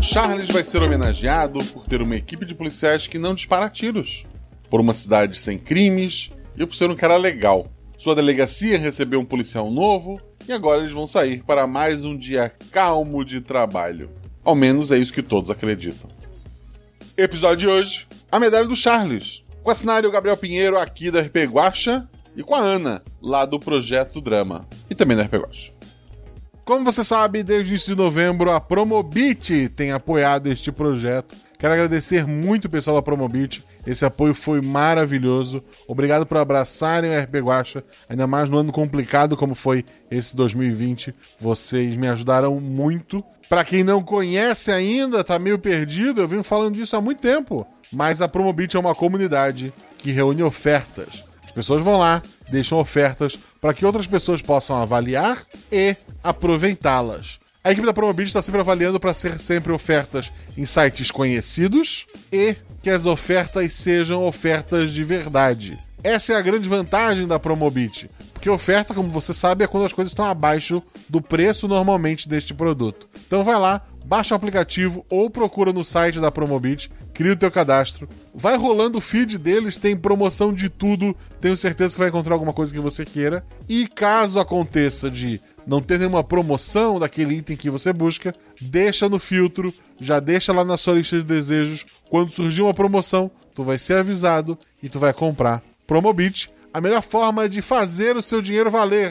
Charles vai ser homenageado por ter uma equipe de policiais que não dispara tiros, por uma cidade sem crimes e por ser um cara legal. Sua delegacia recebeu um policial novo e agora eles vão sair para mais um dia calmo de trabalho. Ao menos é isso que todos acreditam. Episódio de hoje: a medalha do Charles, com a cenário Gabriel Pinheiro aqui da RP Guacha e com a Ana, lá do Projeto Drama e também da RP Guacha. Como você sabe, desde o início de novembro, a Promobit tem apoiado este projeto. Quero agradecer muito o pessoal da Promobit. Esse apoio foi maravilhoso. Obrigado por abraçarem o RP Guacha, ainda mais no ano complicado como foi esse 2020. Vocês me ajudaram muito. Para quem não conhece ainda, tá meio perdido, eu venho falando disso há muito tempo. Mas a Promobit é uma comunidade que reúne ofertas. As pessoas vão lá, deixam ofertas para que outras pessoas possam avaliar e aproveitá-las. A equipe da Promobit está sempre avaliando para ser sempre ofertas em sites conhecidos e que as ofertas sejam ofertas de verdade. Essa é a grande vantagem da Promobit, porque oferta, como você sabe, é quando as coisas estão abaixo do preço normalmente deste produto. Então vai lá, baixa o aplicativo ou procura no site da Promobit, cria o teu cadastro, vai rolando o feed deles, tem promoção de tudo, tenho certeza que vai encontrar alguma coisa que você queira. E caso aconteça de não ter nenhuma promoção daquele item que você busca, deixa no filtro, já deixa lá na sua lista de desejos, quando surgir uma promoção, tu vai ser avisado e tu vai comprar. Promobit, a melhor forma de fazer o seu dinheiro valer.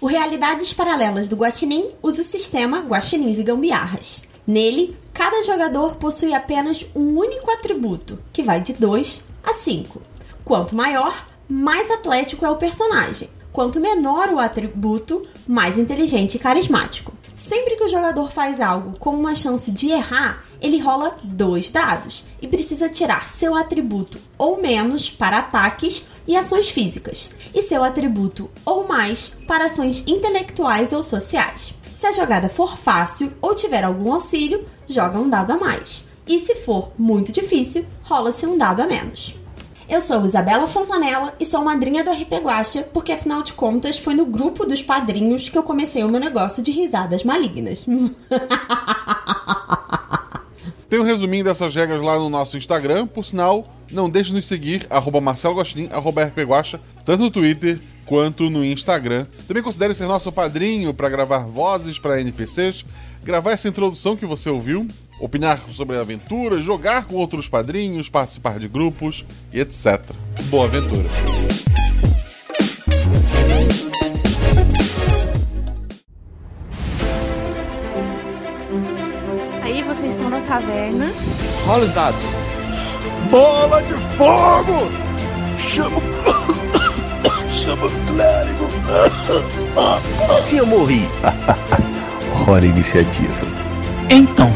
O Realidades Paralelas do Guaxinim usa o sistema Guaxinins e Gambiarras. Nele, cada jogador possui apenas um único atributo, que vai de 2 a 5. Quanto maior, mais atlético é o personagem. Quanto menor o atributo, mais inteligente e carismático. Sempre que o jogador faz algo com uma chance de errar, ele rola dois dados e precisa tirar seu atributo ou menos para ataques e ações físicas, e seu atributo ou mais para ações intelectuais ou sociais. Se a jogada for fácil ou tiver algum auxílio, joga um dado a mais. E se for muito difícil, rola-se um dado a menos. Eu sou Isabela Fontanella e sou madrinha do RP Guacha, porque afinal de contas foi no grupo dos padrinhos que eu comecei o meu negócio de risadas malignas. Tem um resuminho dessas regras lá no nosso Instagram, por sinal, não deixe de nos seguir, arroba Marcelo Gostin, arroba RP Guacha, tanto no Twitter quanto no Instagram. Também considere ser nosso padrinho para gravar vozes para NPCs, gravar essa introdução que você ouviu, opinar sobre aventuras, jogar com outros padrinhos, participar de grupos e etc. Boa aventura! Aí vocês estão na taverna. Rola os dados. Bola de fogo! Chama o... Chama o clérigo! Se eu morri. Rola a iniciativa. Então,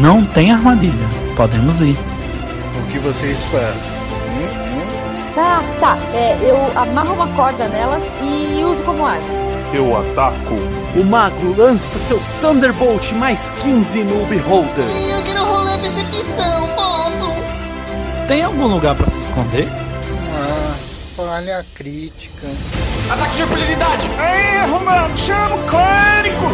não tem armadilha. Podemos ir. O que vocês fazem? Tá, tá. É, eu amarro uma corda nelas e uso como arma. Eu ataco. O mago lança seu Thunderbolt mais 15 no Beholder. Eu quero rolar percepção, posso? Tem algum lugar para se esconder? Ah, falha crítica. Ataque de impunidade! Erro, mano! Chama o clérigo!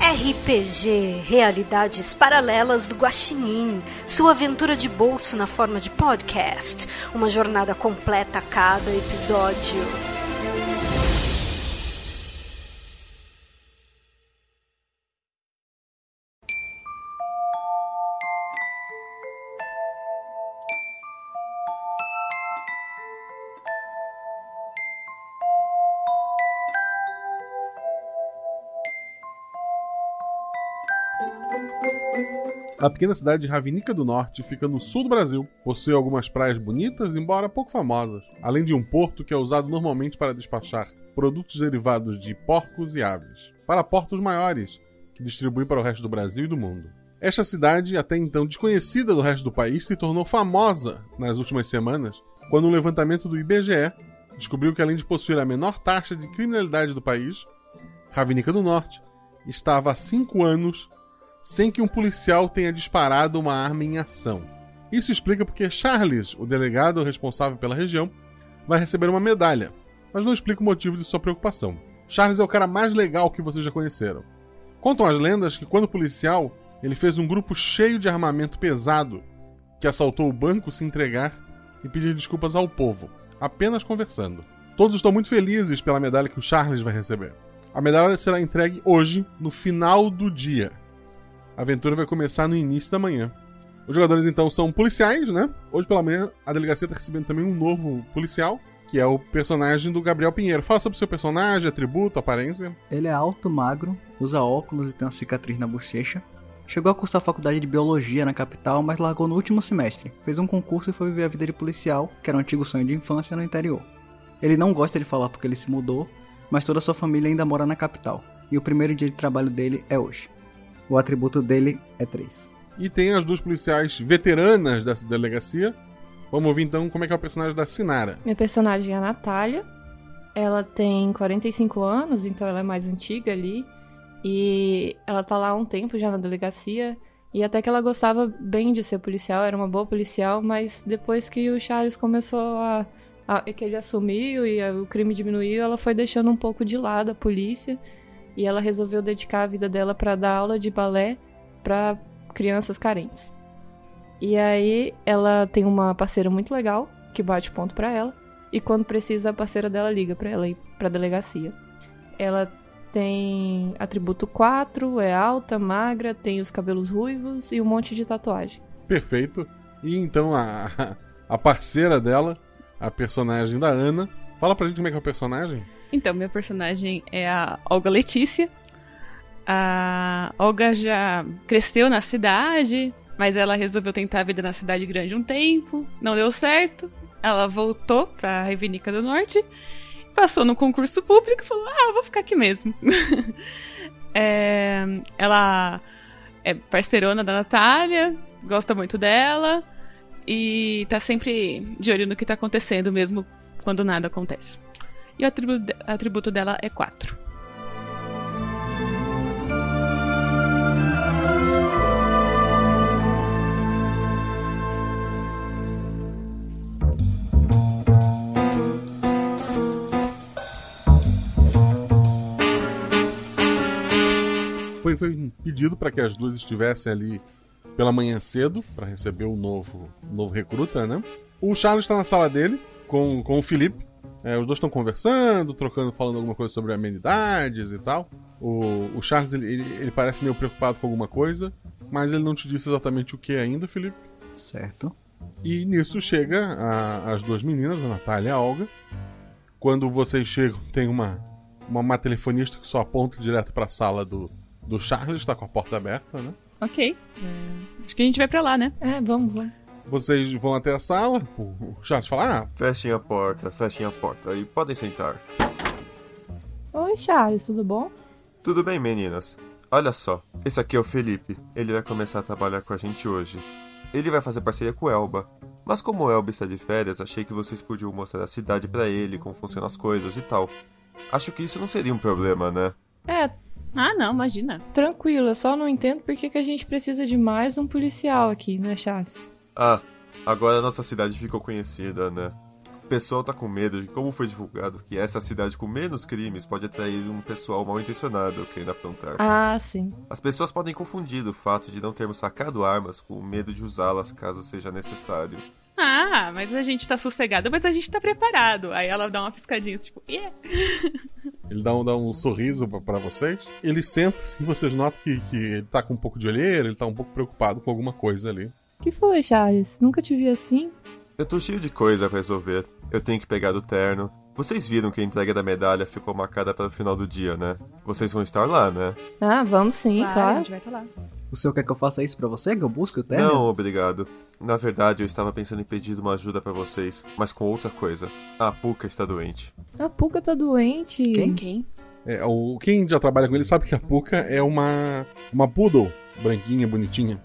RPG Realidades Paralelas do Guaxinim, sua aventura de bolso na forma de podcast, uma jornada completa a cada episódio. A pequena cidade de Ravinica do Norte fica no sul do Brasil. Possui algumas praias bonitas, embora pouco famosas, além de um porto que é usado normalmente para despachar produtos derivados de porcos e aves, para portos maiores, que distribui para o resto do Brasil e do mundo. Esta cidade, até então desconhecida do resto do país, se tornou famosa nas últimas semanas quando um levantamento do IBGE descobriu que, além de possuir a menor taxa de criminalidade do país, Ravinica do Norte estava há cinco anos sem que um policial tenha disparado uma arma em ação. Isso explica porque Charles, o delegado responsável pela região, vai receber uma medalha, mas não explica o motivo de sua preocupação. Charles é o cara mais legal que vocês já conheceram. Contam as lendas que, quando policial, ele fez um grupo cheio de armamento pesado que assaltou o banco se entregar e pedir desculpas ao povo, apenas conversando. Todos estão muito felizes pela medalha que o Charles vai receber. A medalha será entregue hoje, no final do dia. A aventura vai começar no início da manhã. Os jogadores então são policiais, né? Hoje pela manhã a delegacia está recebendo também um novo policial, que é o personagem do Gabriel Pinheiro. Fala sobre o seu personagem, atributo, aparência. Ele é alto, magro, usa óculos e tem uma cicatriz na bochecha. Chegou a cursar a faculdade de biologia na capital, mas largou no último semestre. Fez um concurso e foi viver a vida de policial, que era um antigo sonho de infância no interior. Ele não gosta de falar porque ele se mudou, mas toda a sua família ainda mora na capital. E o primeiro dia de trabalho dele é hoje. O atributo dele é 3. E tem as duas policiais veteranas dessa delegacia. Vamos ouvir então como é que é o personagem da Sinara. Minha personagem é a Natália. Ela tem 45 anos, então ela é mais antiga ali. E ela tá lá há um tempo já na delegacia. E até que ela gostava bem de ser policial, era uma boa policial, mas depois que o Charles começou a. a que ele assumiu e o crime diminuiu, ela foi deixando um pouco de lado a polícia. E ela resolveu dedicar a vida dela para dar aula de balé para crianças carentes. E aí ela tem uma parceira muito legal que bate ponto para ela. E quando precisa, a parceira dela liga para ela ir pra delegacia. Ela tem atributo 4, é alta, magra, tem os cabelos ruivos e um monte de tatuagem. Perfeito. E então a, a parceira dela, a personagem da Ana. Fala pra gente como é que é o personagem. Então, meu personagem é a Olga Letícia. A Olga já cresceu na cidade, mas ela resolveu tentar a vida na cidade grande um tempo, não deu certo. Ela voltou pra Revenica do Norte passou no concurso público e falou: Ah, vou ficar aqui mesmo. é, ela é parceirona da Natália, gosta muito dela e tá sempre de olho no que tá acontecendo, mesmo quando nada acontece. E o atributo, atributo dela é 4. foi, foi um pedido para que as duas estivessem ali pela manhã cedo para receber o novo novo recruta, né? O Charles está na sala dele com, com o Felipe. É, os dois estão conversando, trocando, falando alguma coisa sobre amenidades e tal. O, o Charles ele, ele, ele, parece meio preocupado com alguma coisa, mas ele não te disse exatamente o que ainda, Felipe. Certo. E nisso chega a, as duas meninas, a Natália e a Olga. Quando vocês chegam, tem uma uma má telefonista que só aponta direto para a sala do, do Charles, tá com a porta aberta, né? Ok. Acho que a gente vai pra lá, né? É, vamos, vamos. Vocês vão até a sala, o Charles fala, ah... Fechem a porta, fechem a porta e podem sentar. Oi, Charles, tudo bom? Tudo bem, meninas. Olha só, esse aqui é o Felipe. Ele vai começar a trabalhar com a gente hoje. Ele vai fazer parceria com o Elba. Mas como o Elba está de férias, achei que vocês podiam mostrar a cidade para ele, como funcionam as coisas e tal. Acho que isso não seria um problema, né? É, ah, não, imagina. Tranquilo, eu só não entendo por que, que a gente precisa de mais um policial aqui, né, Charles? Ah, agora a nossa cidade ficou conhecida, né? O pessoal tá com medo de como foi divulgado que essa cidade com menos crimes pode atrair um pessoal mal intencionado querendo aprontar. Ah, sim. As pessoas podem confundir o fato de não termos sacado armas com o medo de usá-las caso seja necessário. Ah, mas a gente tá sossegado, mas a gente tá preparado. Aí ela dá uma piscadinha, tipo, yeah. ele dá um, dá um sorriso para vocês. Ele senta-se e vocês notam que, que, ele tá com um pouco de olheira, ele tá um pouco preocupado com alguma coisa ali. que foi, Charles? Nunca te vi assim? Eu tô cheio de coisa pra resolver. Eu tenho que pegar do terno. Vocês viram que a entrega da medalha ficou marcada para o final do dia, né? Vocês vão estar lá, né? Ah, vamos sim, claro. claro. A gente vai estar tá lá. O senhor quer que eu faça isso para você, que eu busque o É terno? Não, obrigado. Na verdade, eu estava pensando em pedir uma ajuda para vocês, mas com outra coisa. A Puka está doente. A Puka está doente? Quem? Quem? É, o, quem já trabalha com ele sabe que a Puka é uma, uma poodle, branquinha, bonitinha.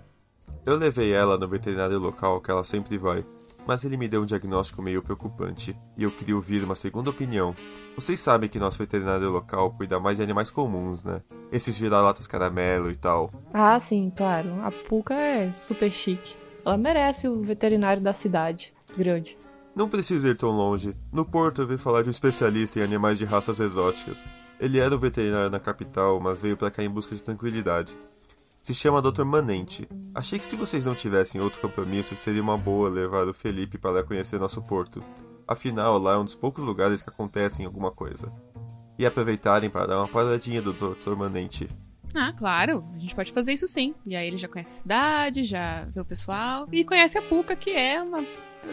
Eu levei ela no veterinário local, que ela sempre vai. Mas ele me deu um diagnóstico meio preocupante, e eu queria ouvir uma segunda opinião. Vocês sabem que nosso veterinário local cuida mais de animais comuns, né? Esses vira-latas caramelo e tal. Ah, sim, claro. A Puka é super chique. Ela merece o veterinário da cidade grande. Não precisa ir tão longe. No Porto eu vi falar de um especialista em animais de raças exóticas. Ele era um veterinário na capital, mas veio para cá em busca de tranquilidade. Se chama Dr. Manente. Achei que se vocês não tivessem outro compromisso, seria uma boa levar o Felipe para lá conhecer nosso porto. Afinal, lá é um dos poucos lugares que acontecem alguma coisa. E aproveitarem para dar uma paradinha do Dr. Manente. Ah, claro, a gente pode fazer isso sim. E aí ele já conhece a cidade, já vê o pessoal e conhece a Puca, que é uma,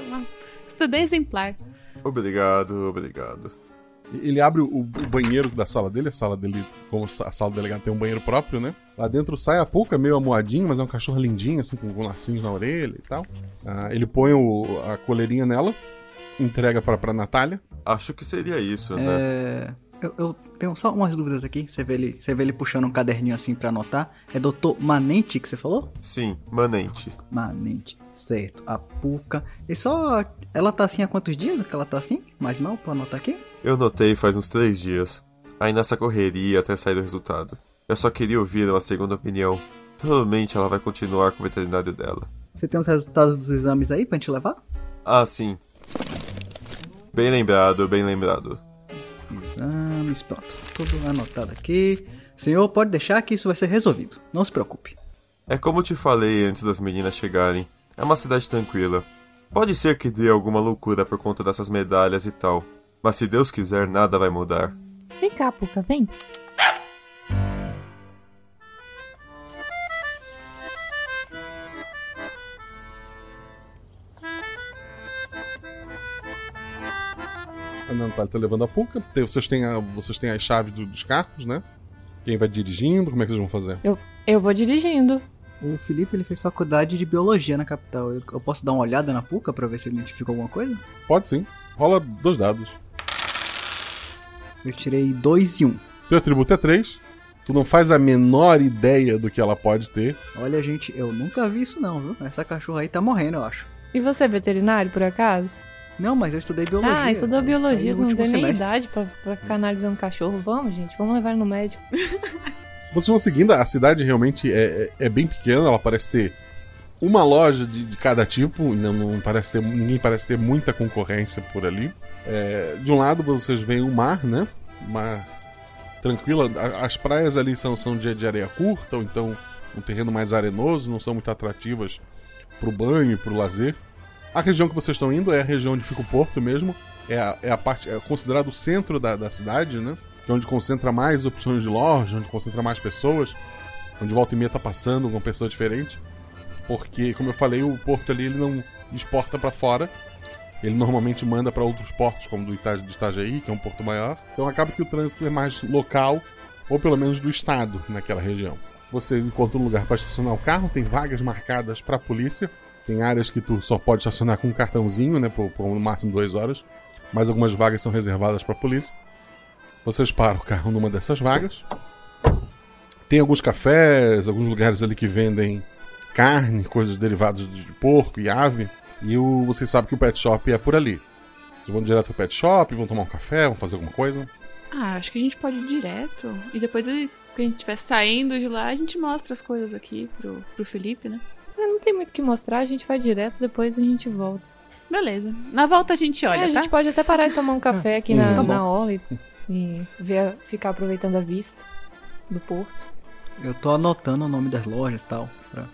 uma estudante exemplar. Obrigado, obrigado. Ele abre o banheiro da sala dele, a sala dele, como a sala do delegado tem um banheiro próprio, né? Lá dentro sai a Puca, meio amoadinha, mas é um cachorro lindinho, assim, com, com lacinhos na orelha e tal. Ah, ele põe o, a coleirinha nela, entrega pra, pra Natália. Acho que seria isso, é... né? Eu, eu, tenho só umas dúvidas aqui. Você vê ele, você vê ele puxando um caderninho assim para anotar. É doutor Manente que você falou? Sim, Manente. Manente, certo. A Puca. E só. Ela tá assim há quantos dias que ela tá assim? Mais mal pra anotar aqui? Eu notei faz uns três dias. Aí nessa correria até sair o resultado. Eu só queria ouvir uma segunda opinião. Provavelmente ela vai continuar com o veterinário dela. Você tem os resultados dos exames aí pra gente levar? Ah, sim. Bem lembrado, bem lembrado. Exames, pronto. Tudo anotado aqui. Senhor, pode deixar que isso vai ser resolvido. Não se preocupe. É como te falei antes das meninas chegarem. É uma cidade tranquila. Pode ser que dê alguma loucura por conta dessas medalhas e tal. Mas se Deus quiser, nada vai mudar. Vem cá, Puka, vem. A Natália tá levando a Puka. Tem- Vocês têm, a- vocês têm as chaves do- dos carros, né? Quem vai dirigindo, como é que vocês vão fazer? Eu, eu vou dirigindo. O Felipe ele fez faculdade de biologia na capital. Eu, eu posso dar uma olhada na Puca pra ver se ele identificou alguma coisa? Pode sim. Rola dois dados. Eu tirei dois e um. Teu atributo é três. Tu não faz a menor ideia do que ela pode ter. Olha, gente, eu nunca vi isso não, viu? Essa cachorra aí tá morrendo, eu acho. E você é veterinário, por acaso? Não, mas eu estudei biologia. Ah, estudou Eu saí biologia, no não último tem nem semestre. idade pra, pra ficar analisando cachorro. Vamos, gente, vamos levar ele no médico. Vocês vão seguindo, a cidade realmente é, é, é bem pequena, ela parece ter uma loja de, de cada tipo, não, não parece ter, ninguém parece ter muita concorrência por ali. É, de um lado vocês veem o mar, né? Mar tranquila. A- As praias ali são, são de, de areia curta, ou então um terreno mais arenoso, não são muito atrativas pro banho e pro lazer. A região que vocês estão indo é a região onde fica o porto mesmo. É a, é a parte. É considerado o centro da, da cidade, né? Que é onde concentra mais opções de loja, onde concentra mais pessoas, onde volta e meia tá passando uma pessoa diferente. Porque, como eu falei, o porto ali ele não exporta para fora. Ele normalmente manda para outros portos, como do Ita de Itajaí, que é um porto maior. Então acaba que o trânsito é mais local, ou pelo menos do estado, naquela região. Você encontra um lugar para estacionar o carro, tem vagas marcadas para a polícia. Tem áreas que tu só pode estacionar com um cartãozinho, né, por, por no máximo duas horas. Mas algumas vagas são reservadas para a polícia. Vocês param o carro numa dessas vagas. Tem alguns cafés, alguns lugares ali que vendem carne, coisas derivadas de de porco e ave. E o, vocês sabem que o pet shop é por ali. Vocês vão direto ao pet shop, vão tomar um café, vão fazer alguma coisa. Ah, acho que a gente pode ir direto. E depois ele- que a gente estiver saindo de lá, a gente mostra as coisas aqui pro, pro Felipe, né? Ah, não tem muito o que mostrar, a gente vai direto, depois a gente volta. Beleza. Na volta a gente olha, É, a tá? gente pode até parar e tomar um café aqui Hum, na, tá bom. na orla e, e ver, ficar aproveitando a vista do porto. Eu tô anotando o nome das lojas e tal, pra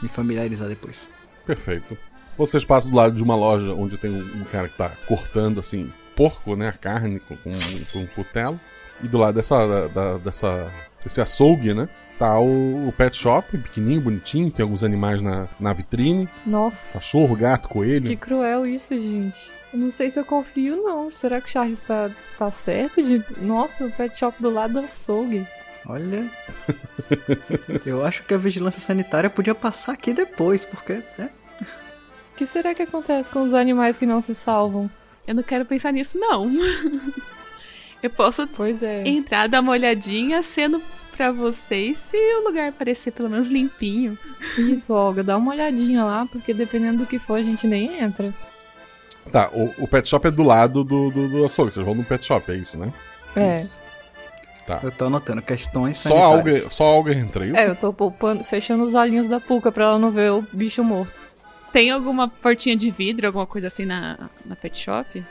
me familiarizar depois. Perfeito. Vocês passam do lado de uma loja onde tem um um cara que tá cortando, assim, porco, né? A carne com, com, com um cutelo. E do lado dessa, da- da- dessa, desse açougue, né? Tá o, o pet shop, pequenininho, bonitinho. Tem alguns animais na, na vitrine. Nossa, Cachorro, gato, coelho. que cruel isso, gente. Eu não sei se eu confio, não. Será que o Charles tá, tá certo? De... Nossa, o pet shop do lado do açougue. Olha. eu acho que a vigilância sanitária podia passar aqui depois, porque, né? O que será que acontece com os animais que não se salvam? Eu não quero pensar nisso, não. Eu posso pois é. entrar, dar uma olhadinha, sendo pra vocês se o lugar parecer pelo menos limpinho. Isso, Olga, dá uma olhadinha lá, porque dependendo do que for, a gente nem entra. Tá, o, o pet shop é do lado do, do, do açougue. Vocês vão no pet shop, é isso, né? É. Tá. Eu tô anotando questões Só sanitárias. alga, só alga entra, é isso? É, eu tô poupando, fechando os olhinhos da Puca pra ela não ver o bicho morto. Tem alguma portinha de vidro, alguma coisa assim na, na pet shop?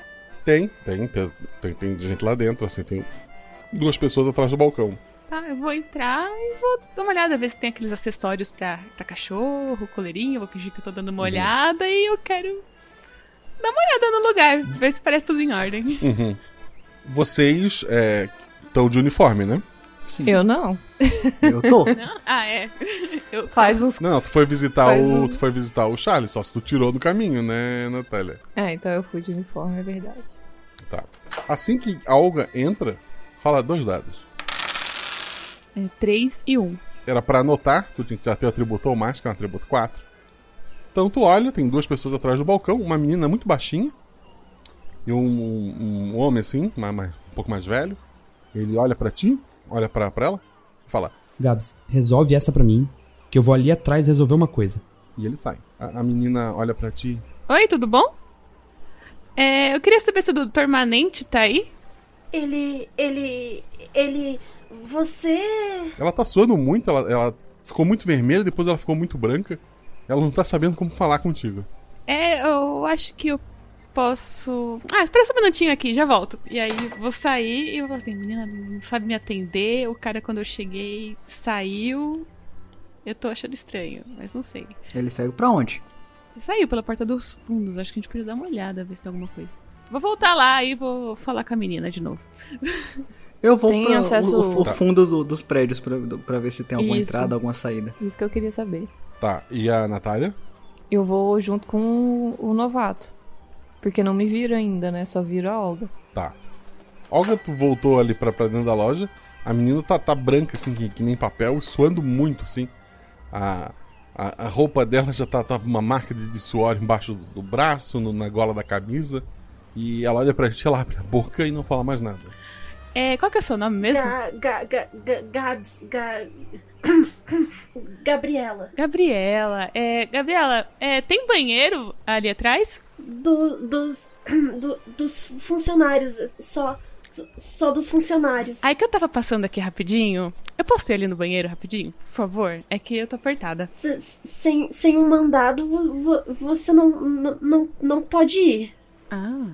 Tem, tem, tem, tem, tem gente lá dentro, assim, tem duas pessoas atrás do balcão. Tá, eu vou entrar e vou dar uma olhada, ver se tem aqueles acessórios pra, pra cachorro, coleirinho, eu vou fingir que eu tô dando uma olhada e eu quero dar uma olhada no lugar, ver se parece tudo em ordem. Uhum. Vocês estão de uniforme, né? Sim. Eu não. Eu tô. Não? Ah, é. Eu Faz um uns. Não, tu foi visitar Faz o. um- Tu foi visitar o Charles, só se tu tirou do caminho, né, Natália? É, então eu fui de uniforme, é verdade. Tá. Assim que a Olga entra, rola dois dados. É 3 e 1. Um. Era pra anotar, tu tinha que tirar teu atributo ou mais, que é um atributo 4. Então tu olha, tem duas pessoas atrás do balcão, uma menina muito baixinha e um, um- um homem assim, ma- ma- um pouco mais velho. Ele olha pra ti, olha pra, pra ela e fala. Gabs, resolve essa pra mim, que eu vou ali atrás resolver uma coisa. E ele sai. A, a menina olha pra ti. Oi, tudo bom? É, eu queria saber se o doutor Manente tá aí. Ele. Ele. Ele. Você. Ela tá suando muito, ela, ela ficou muito vermelha, depois ela ficou muito branca. Ela não tá sabendo como falar contigo. É, eu acho que eu posso. Ah, espera só um minutinho aqui, já volto. E aí eu vou sair e eu vou assim, menina, não sabe me atender. O cara, quando eu cheguei, saiu. Eu tô achando estranho, mas não sei. Ele saiu pra onde? Ele saiu pela porta dos fundos, acho que a gente podia dar uma olhada, ver se tem alguma coisa. Vou voltar lá e vou falar com a menina de novo. Eu vou Tem pra acesso- o, o- o Tá. fundo do- dos prédios pra, do- pra ver se tem alguma Isso. entrada, alguma saída. Isso que eu queria saber. Tá, e a Natália? Eu vou junto com o, o novato. Porque não me vira ainda, né? Só vira a Olga. Tá. Olga, tu voltou ali pra, pra dentro da loja. A menina tá, tá branca, assim, que, que nem papel, e suando muito, assim. A, a, a roupa dela já tá, tá uma marca de, de suor embaixo do, do braço, no- na gola da camisa. E ela olha pra gente, ela abre a boca e não fala mais nada. É, qual que é o seu nome mesmo? Ga, ga, ga, ga, Gabs. Ga... Gabriela. Gabriela. É, Gabriela, é, tem banheiro ali atrás? Do, dos. do- dos funcionários. Só. Só dos funcionários. Aí que eu tava passando aqui rapidinho. Eu posso ir ali no banheiro rapidinho? Por favor? É que eu tô apertada. Se- Sem, sem um mandado, vo- vo- você não, não, não, não pode ir. Ah.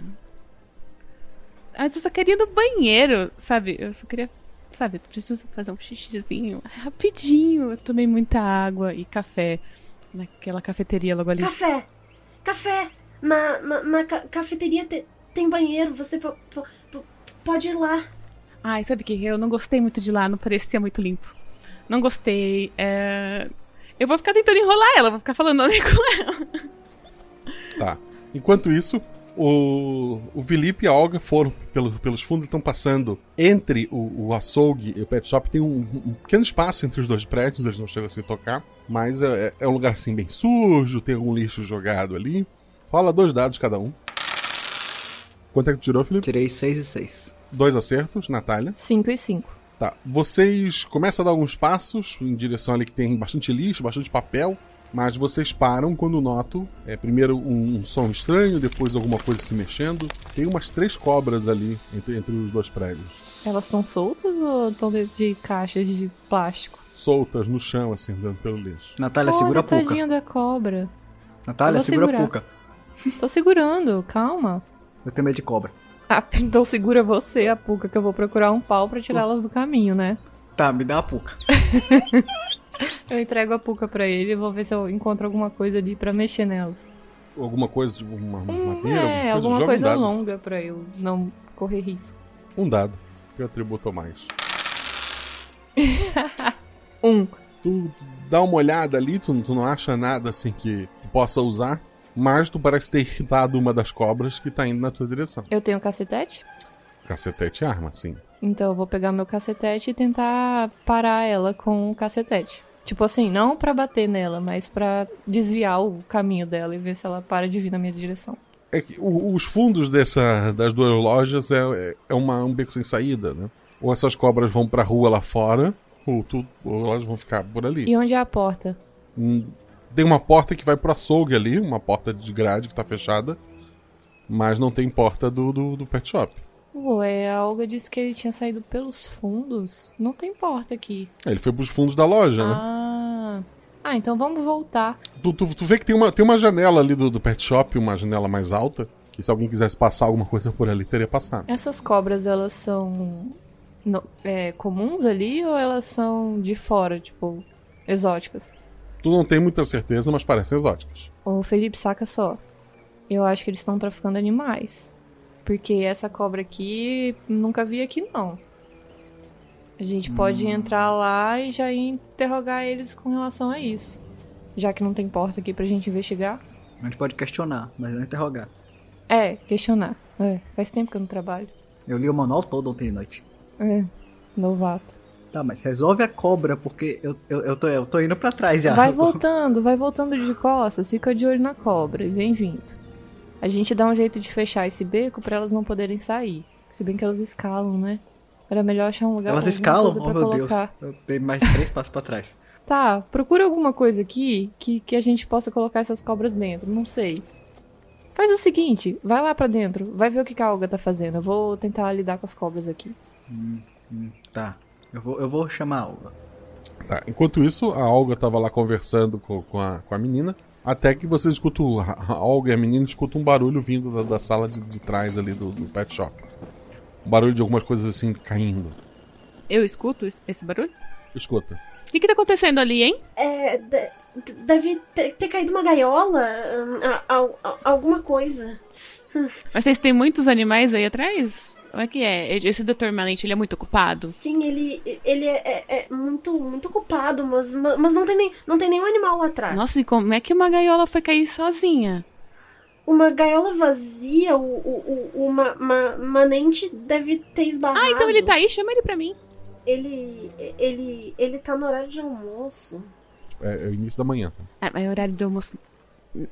Mas eu só queria ir no banheiro, sabe? Eu só queria. Sabe, eu preciso fazer um xixizinho rapidinho. Eu tomei muita água e café naquela cafeteria logo ali. Café! Café! Na, na, na ca- cafeteria te- tem banheiro, você po- po- po- pode ir lá. Ai, sabe o que? Eu não gostei muito de lá, não parecia muito limpo. Não gostei. é, Eu vou ficar tentando enrolar ela, vou ficar falando ali com ela. Tá. Enquanto isso, o, o Felipe e a Olga foram pelos, pelos fundos e estão passando entre o, o açougue e o pet shop. Tem um, um pequeno espaço entre os dois prédios, eles não chegam a se tocar. Mas é, é um lugar assim bem sujo, tem algum lixo jogado ali. Rola dois dados cada um. Quanto é que tu tirou, Felipe? Tirei 6 e 6. Dois acertos, Natália. 5 e 5. Tá. Vocês começam a dar alguns passos em direção ali que tem bastante lixo, bastante papel, mas vocês param quando notam é, primeiro um, um som estranho, depois alguma coisa se mexendo. Tem umas três cobras ali entre, entre os dois prédios, Elas estão soltas ou estão dentro de caixas de plástico? soltas no chão, assim, andando pelo lixo. Natália, Olha, segura a puca. tadinha da cobra. Eu Natália, vou segura segurar. a puca. Tô segurando, calma. Eu tenho medo de cobra. Ah, então segura você a puca que eu vou procurar um pau pra tirar elas do caminho, né? Tá, me dá a puca. Eu entrego a puca pra ele e vou ver se eu encontro alguma coisa ali pra mexer nelas. Alguma coisa, tipo uma uma madeira, É, alguma joga coisa um dado. longa pra eu não correr risco. Um dado. Que atributo a mais. um. Tu dá uma olhada ali, tu, tu não acha nada assim que tu possa usar, mas tu parece ter irritado uma das cobras que tá indo na tua direção. Eu tenho cacetete? Cacetete e arma, sim. Então eu vou pegar meu cacetete e tentar parar ela com o cacetete. Tipo assim, não pra bater nela, mas pra desviar o caminho dela e ver se ela para de vir na minha direção. É que o- os fundos dessa, das duas lojas é, é- é uma, um beco sem saída, né? Ou essas cobras vão pra rua lá fora, ou, tu, ou elas vão ficar por ali. E onde é a porta? Hum, Tem uma porta que vai pro açougue ali, uma porta de grade que tá fechada, mas não tem porta do, do, do pet shop. Ué, é a Olga disse que ele tinha saído pelos fundos. Não tem porta aqui. Ele foi pros fundos da loja, né? Ah, Ah, então vamos voltar. Tu, tu, tu vê que tem uma, tem uma janela ali do, do pet shop, uma janela mais alta, que se alguém quisesse passar alguma coisa por ali, teria passado. Essas cobras, elas são no- é, comuns ali ou elas são de fora, tipo, exóticas? Tu não tem muita certeza, mas parecem exóticas. Ô, Felipe, saca só. Eu acho que eles estão traficando animais. Porque essa cobra aqui, nunca vi aqui, não. A gente pode entrar lá e já interrogar eles com relação a isso. Já que não tem porta aqui pra gente investigar. A gente pode questionar, mas não interrogar. É, questionar. É, faz tempo que eu não trabalho. Eu li o manual todo ontem de noite. É, novato. Tá, mas resolve a cobra, porque eu, eu, eu tô, eu tô indo pra trás já. Vai Eu tô- voltando, vai voltando de costas, fica de olho na cobra e vem vindo. A gente dá um jeito de fechar esse beco pra elas não poderem sair. Se bem que elas escalam, né? Era melhor achar um lugar Elas com alguma escalam? coisa Oh, pra meu colocar. Deus. Eu dei mais três passos pra trás. Tá, procura alguma coisa aqui que, que a gente possa colocar essas cobras dentro, não sei. Faz o seguinte, vai lá pra dentro, vai ver o que que a Olga tá fazendo. Eu vou tentar lidar com as cobras aqui. Hum, hum, tá. Eu vou, eu vou chamar a aula. Tá, Enquanto isso, a Olga tava lá conversando com, com a, com a menina, até que vocês escutam, a a Olga e a menina escutam um barulho vindo da, da sala de, de trás ali do, do pet shop. Um barulho de algumas coisas assim caindo. Eu escuto es- esse barulho? Escuta. O que, que tá acontecendo ali, hein? É, de- de- deve ter, ter caído uma gaiola, hum, a- al- al- alguma coisa. Mas vocês têm muitos animais aí atrás? Como é que é? Esse Dr. Malente, ele é muito ocupado? Sim, ele, ele é, é- é muito, muito ocupado, mas, ma- mas não, tem nem, não tem nenhum animal lá atrás. Nossa, e como é que uma gaiola foi cair sozinha? Uma gaiola vazia, o, o, o, uma, uma manente deve ter esbarrado. Ah, então ele tá aí? Chama ele pra mim. Ele, ele, ele tá no horário de almoço. É, é o início da manhã. Ah, mas é o horário do almoço.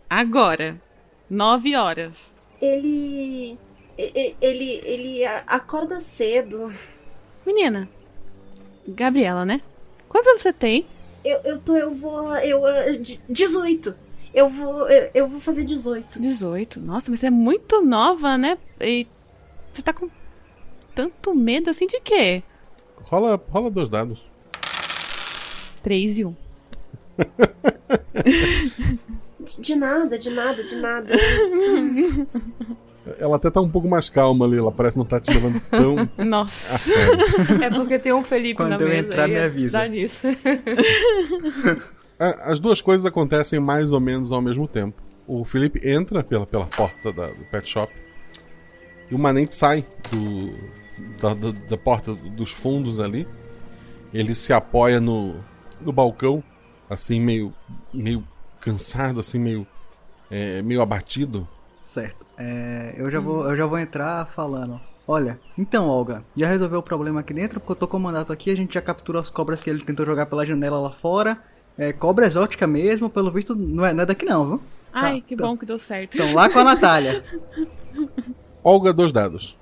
Agora. Nove horas. Ele, ele, ele, ele a- acorda cedo. Menina. Gabriela, né? Quantos anos você tem? Eu, eu tô, eu vou, eu, eh, de- 18. Eu vou, eu, eu vou fazer 18. 18. Nossa, mas você é muito nova, né? E você tá com tanto medo assim de quê? Rola, rola dois dados. Três e um. De, de nada, de nada, de nada. Ela até tá um pouco mais calma ali, ela parece não tá te levando tão. Nossa. a sério. É porque tem um Felipe Quando na eu mesa. entrar, aí me avisa. Dá nisso. A- É, As duas coisas acontecem mais ou menos ao mesmo tempo. O Felipe entra pela, pela porta da- do pet shop e o Manente sai do, da, da- da porta dos fundos ali. Ele se apoia no, no balcão, assim, meio, meio cansado, assim, meio, é, meio abatido. Certo. É, eu, já vou, eu já vou entrar falando. Olha, então, Olga, já resolveu o problema aqui dentro? Porque eu tô com o mandato aqui, a gente já capturou as cobras que ele tentou jogar pela janela lá fora. É, cobra exótica mesmo, pelo visto, não é, não é daqui não, viu? Ai, Tá, que então- bom que deu certo. Então lá com a Natália. Olga, dois dados.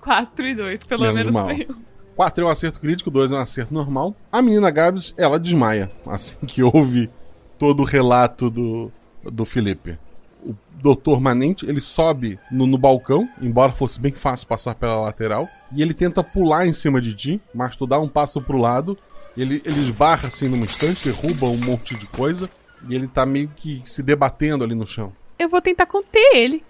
Quatro e dois, pelo menos, mal. veio. 4 é um acerto crítico, 2 é um acerto normal. A menina Gabs, ela desmaia assim que ouve todo o relato do, do Felipe. O doutor Manente, ele sobe no, no balcão, embora fosse bem fácil passar pela lateral, e ele tenta pular em cima de ti, mas tu dá um passo pro lado, ele, ele esbarra assim numa estante, derruba um monte de coisa, e ele tá meio que se debatendo ali no chão. Eu vou tentar conter ele.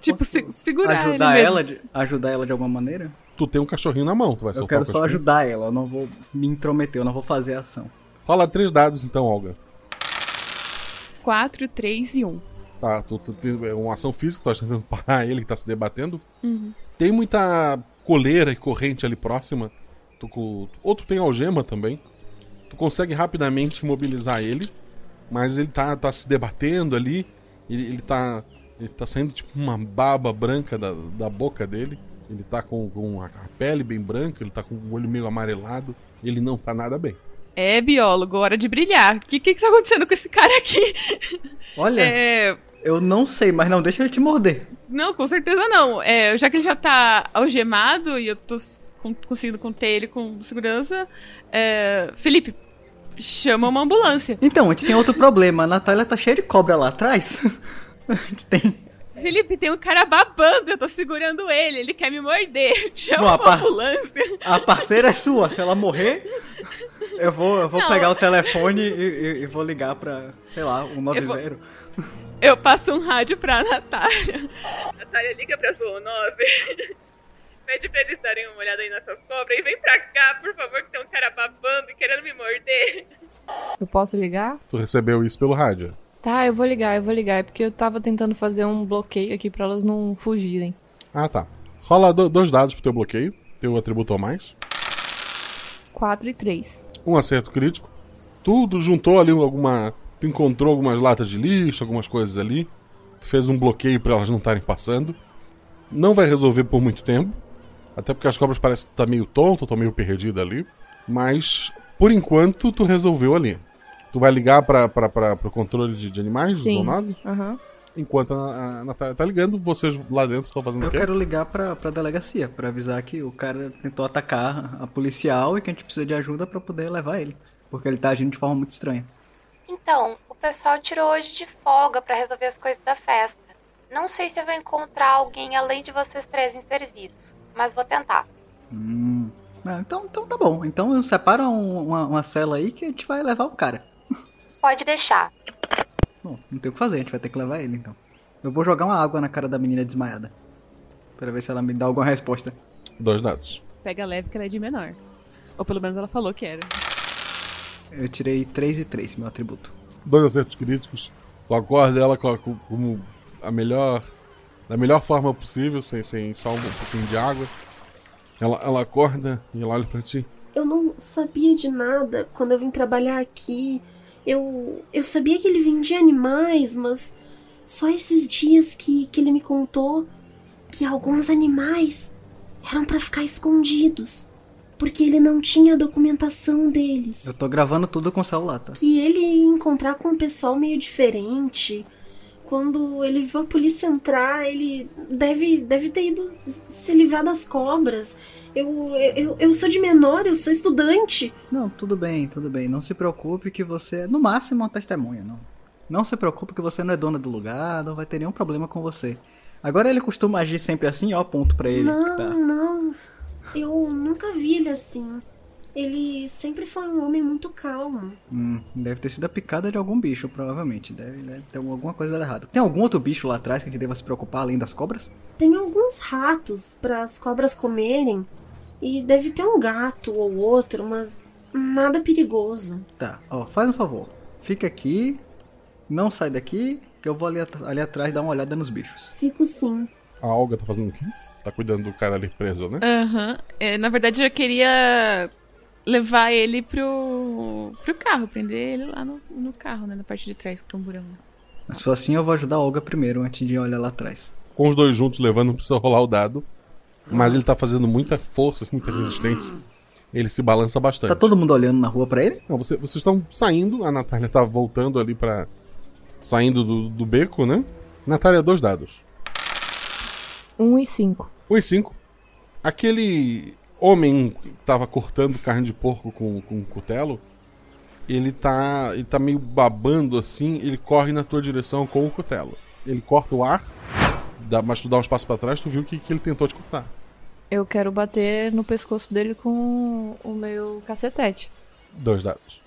tipo, se- segurar Ajudar ele mesmo. ela, de, ajudar ela de alguma maneira? Tu tem um cachorrinho na mão, tu vai Eu soltar quero o só cachorrinho. ajudar ela, eu não vou me intrometer, eu não vou fazer ação. Rola três dados então, Olga. Quatro, três e um. Tá, tu, tu tem uma ação física, tu tá tentando parar ele que tá se debatendo. Uhum. Tem muita coleira e corrente ali próxima. Tu, co- ou tu tem algema também. Tu consegue rapidamente mobilizar ele, mas ele tá, tá se debatendo ali. Ele, ele tá. Ele tá saindo tipo uma baba branca da, da boca dele. Ele tá com, com a, a pele bem branca, ele tá com o olho meio amarelado. Ele não tá nada bem. É, biólogo, hora de brilhar. O que, que que tá acontecendo com esse cara aqui? Olha, É, eu não sei, mas não deixa ele te morder. Não, com certeza não. É, já que ele já tá algemado e eu tô s- con- conseguindo conter ele com segurança, é, Felipe, chama uma ambulância. Então, a gente tem outro problema. A Natália tá cheia de cobra lá atrás. Felipe, tem um cara babando, eu tô segurando ele, ele quer me morder. Chama não, a par... ambulância. A parceira é sua, se ela morrer, eu vou, eu vou não. pegar o telefone e, e, e, vou ligar pra, sei lá, um Eu, 90. vou... eu passo um rádio pra Natália. Natália, liga pra sua 9. Pede pra eles darem uma olhada aí nessas cobras e vem pra cá, por favor, que tem um cara babando e querendo me morder. Eu posso ligar? Tu recebeu isso pelo rádio. Tá, eu vou ligar, eu vou ligar. É porque eu tava tentando fazer um bloqueio aqui pra elas não fugirem. Ah, tá. Rola do, dois dados pro teu bloqueio, teu atributo a mais. 4 e 3. Um acerto crítico. Tudo juntou ali alguma. Tu encontrou algumas latas de lixo, algumas coisas ali. Tu fez um bloqueio para elas não estarem passando. Não vai resolver por muito tempo. Até porque as cobras parecem estar tá meio tonto, estão meio perdida ali. Mas, por enquanto, tu resolveu ali. Tu vai ligar para o controle de, de animais, Sim. zoonoses? Uhum. Enquanto a, a Natália tá ligando, vocês lá dentro estão fazendo eu o quê? Eu quero ligar pra, pra delegacia, pra avisar que o cara tentou atacar a policial e que a gente precisa de ajuda para poder levar ele. Porque ele tá agindo de forma muito estranha. Então, o pessoal tirou hoje de folga para resolver as coisas da festa. Não sei se eu vou encontrar alguém além de vocês três em serviço, mas vou tentar. Hum. Ah, então, então tá bom. Então separa um, uma, uma cela aí que a gente vai levar o cara. Pode deixar. Bom, não tem o que fazer, a gente vai ter que levar ele então. Eu vou jogar uma água na cara da menina desmaiada. Pra ver se ela me dá alguma resposta. Dois dados. Pega leve que ela é de menor. Ou pelo menos ela falou que era. Eu tirei 3 e 3, meu atributo. Dois acertos críticos. Tu acorda ela como a melhor. da melhor forma possível, sem, sem só um pouquinho de água. Ela, ela acorda e ela olha pra ti. Eu não sabia de nada quando eu vim trabalhar aqui. Eu, eu sabia que ele vendia animais, mas só esses dias que, que ele me contou que alguns animais eram para ficar escondidos, porque ele não tinha a documentação deles. Eu tô gravando tudo com celular, tá? Que ele ia encontrar com um pessoal meio diferente. Quando ele viu a polícia entrar, ele deve, deve ter ido se livrar das cobras. Eu, eu, eu sou de menor, eu sou estudante. Não, tudo bem, tudo bem. Não se preocupe que você é, no máximo, uma testemunha, não. Não se preocupe que você não é dona do lugar, não vai ter nenhum problema com você. Agora ele costuma agir sempre assim, ó, ponto pra ele. Não, tá. não. Eu nunca vi ele assim. Ele sempre foi um homem muito calmo. Hum, deve ter sido a picada de algum bicho, provavelmente. Deve, deve ter alguma coisa errada. Tem algum outro bicho lá atrás que a gente deva se preocupar além das cobras? Tem alguns ratos para as cobras comerem. E deve ter um gato ou outro, mas nada perigoso. Tá, ó, faz um favor. Fica aqui, não sai daqui, que eu vou ali, at ali atrás dar uma olhada nos bichos. Fico sim. A Olga tá fazendo o quê? Tá cuidando do cara ali preso, né? Aham. Uhum. É, na verdade, eu queria levar ele pro, pro carro, prender ele lá no, no carro, né? Na parte de trás, do camburão. Mas se for assim, eu vou ajudar a Olga primeiro, antes de olhar lá atrás. Com os dois juntos levando, não precisa rolar o dado. Mas ele tá fazendo muita força, muita resistência. Ele se balança bastante. Tá todo mundo olhando na rua para ele? Não, você, vocês estão saindo. A Natália tá voltando ali para Saindo do, do, beco, né? Natália, dois dados: 1 um e 5. 1 um e 5. Aquele homem que tava cortando carne de porco com, com um cutelo. Ele tá, ele tá meio babando assim. Ele corre na tua direção com o cutelo. Ele corta o ar. Dá, mas tu dá um espaço para trás, tu viu que, que ele tentou te cortar. Eu quero bater no pescoço dele com o meu cacetete. Dois dados.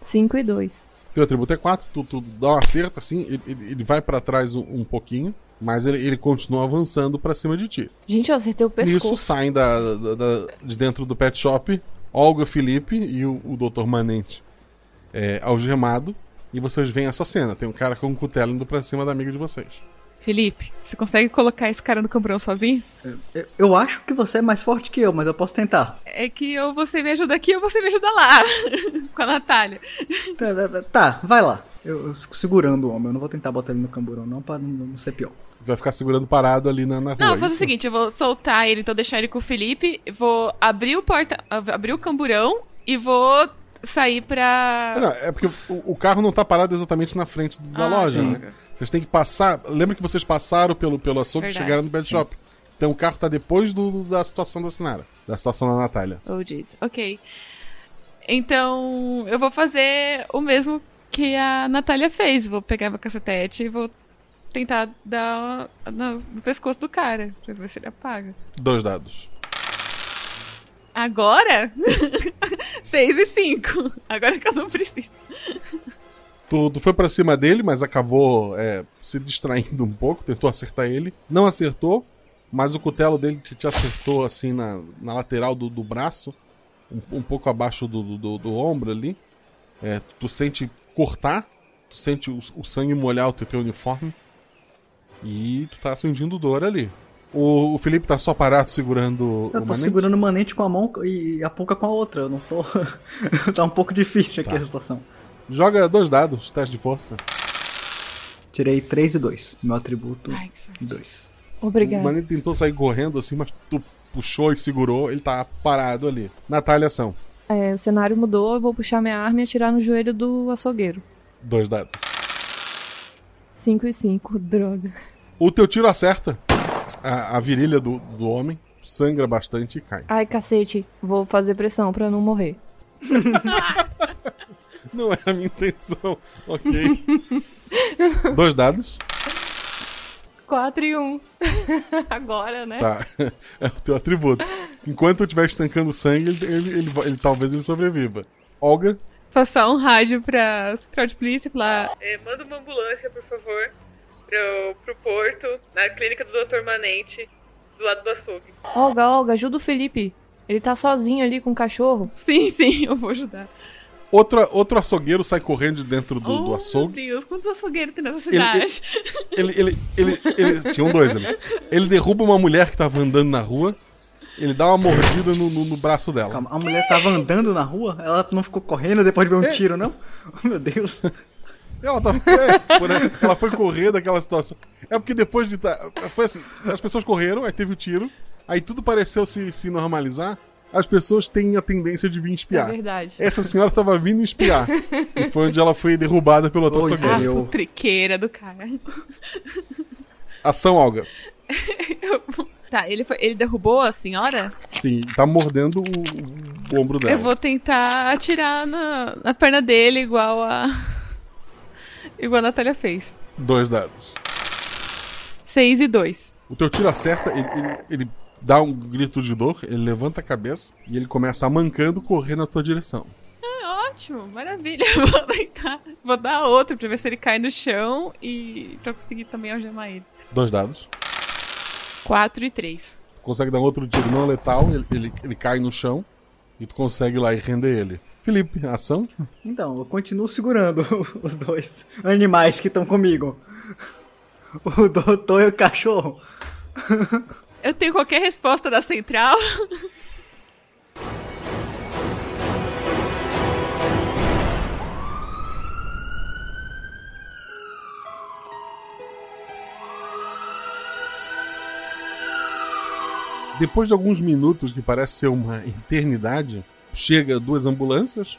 5 e 2. Teu atributo é 4, tu, tu, dá um acerto assim, ele, ele vai para trás um, um, pouquinho, mas ele, ele continua avançando para cima de ti. Gente, eu acertei o pescoço. Nisso saem da, da, da, de dentro do pet shop Olga Felipe e o, o Dr. Manente é, algemado, e vocês veem essa cena. Tem um cara com um cutelo indo pra cima da amiga de vocês. Felipe, você consegue colocar esse cara no camburão sozinho? Eu, eu, acho que você é mais forte que eu, mas eu posso tentar. É que ou você me ajuda aqui ou você me ajuda lá. com a Natália. Tá, tá, vai lá. Eu, eu fico segurando o homem. Eu não vou tentar botar ele no camburão, não, pra não, ser pior. Vai ficar segurando parado ali na, na rua. é Não, vou fazer o seguinte: eu vou soltar ele, então deixar ele com o Felipe. Vou abrir o porta. abrir o camburão e vou sair pra. Não, é porque o, o, carro não tá parado exatamente na frente da ah, loja, sim. né? Vocês têm que passar. Lembra que vocês passaram pelo, pelo açougue e chegaram no Bad Shop. Sim. Então o carro tá depois do, da situação da Sinara, da situação da Natália. Oh, jeez. Ok. Então eu vou fazer o mesmo que a Natália fez. Vou pegar meu cacetete e vou tentar dar no, no pescoço do cara, pra ver se ele apaga. Dois dados. Agora? 6 e 5. Agora que eu não preciso. Tu, tu foi para cima dele, mas acabou é, se distraindo um pouco, tentou acertar ele. Não acertou, mas o cutelo dele te, te acertou assim na, na lateral do, do braço, um, um pouco abaixo do, do, do, do ombro ali. É, tu sente cortar, tu sente o, o sangue molhar o teu, teu, uniforme. E tu tá sentindo dor ali. O, o Felipe tá só parado segurando. Eu tô manete. segurando o manete com a mão e a pouca com a outra. Eu não tô. tá um pouco difícil aqui tá. a situação. Joga dois dados, teste de força. Tirei 3 e 2. Meu atributo. Ai, 2. Obrigado. O Manito tentou sair correndo assim, mas tu puxou e segurou, ele tá parado ali. Natália, ação. É, o cenário mudou, eu vou puxar minha arma e atirar no joelho do açougueiro. Dois dados. 5 e 5, droga. O teu tiro acerta a, a virilha do, do homem, sangra bastante e cai. Ai, cacete, vou fazer pressão pra não morrer. não era a minha intenção, ok. Dois dados. 4 e 1. Um. Agora, né? Tá. É o teu atributo. Enquanto eu estiver estancando sangue, ele, ele, ele, ele, talvez ele sobreviva. Olga? Passar um rádio pra central de polícia e falar: é, manda uma ambulância, por favor, pro, pro porto, na clínica do Dr. Manente, do lado do açougue. Olga, Olga, ajuda o Felipe. Ele tá sozinho ali com o cachorro. Sim, sim, eu vou ajudar. Outra, outro açougueiro sai correndo de dentro do, oh, do açougue. Meu Deus, quantos açougueiros tem nessa cidade? Ele, ele, ele, ele, Tinham dois ali. Ele derruba uma mulher que tava andando na rua. Ele dá uma mordida no, braço dela. Calma, a mulher tava andando na rua? Ela não ficou correndo depois de ver um tiro, não? meu Deus. Ela, tava, é, ela foi correr daquela situação. É porque depois de. Foi assim: as pessoas correram, aí teve o tiro, aí tudo pareceu se, se normalizar as pessoas têm a tendência de vir espiar. É verdade. Essa senhora estava vindo espiar. e foi onde ela foi derrubada pelo outro açougueiro. Eu... triqueira do cara. Ação, Olga. Eu... Tá, ele, foi... ele derrubou a senhora? Sim, tá mordendo o, o ombro dela. Eu vou tentar atirar na, na perna dele igual a... igual a Natália fez. Dois dados. Seis e dois. O teu tiro acerta, ele, ele, ele dá um grito de dor, ele levanta a cabeça e ele começa mancando correr na tua direção. Ah, ótimo, maravilha. Vou tentar. Vou dar outro pra ver se ele cai no chão e pra conseguir também algemar ele. Dois dados. Quatro e três. Tu consegue dar um outro tiro não letal, ele, ele, ele cai no chão e tu consegue ir lá e render ele. Felipe, ação? Então, eu continuo segurando os dois animais que estão comigo. O doutor e o cachorro. Eu tenho qualquer resposta da central. Depois de alguns minutos, que parece ser uma eternidade, chega duas ambulâncias.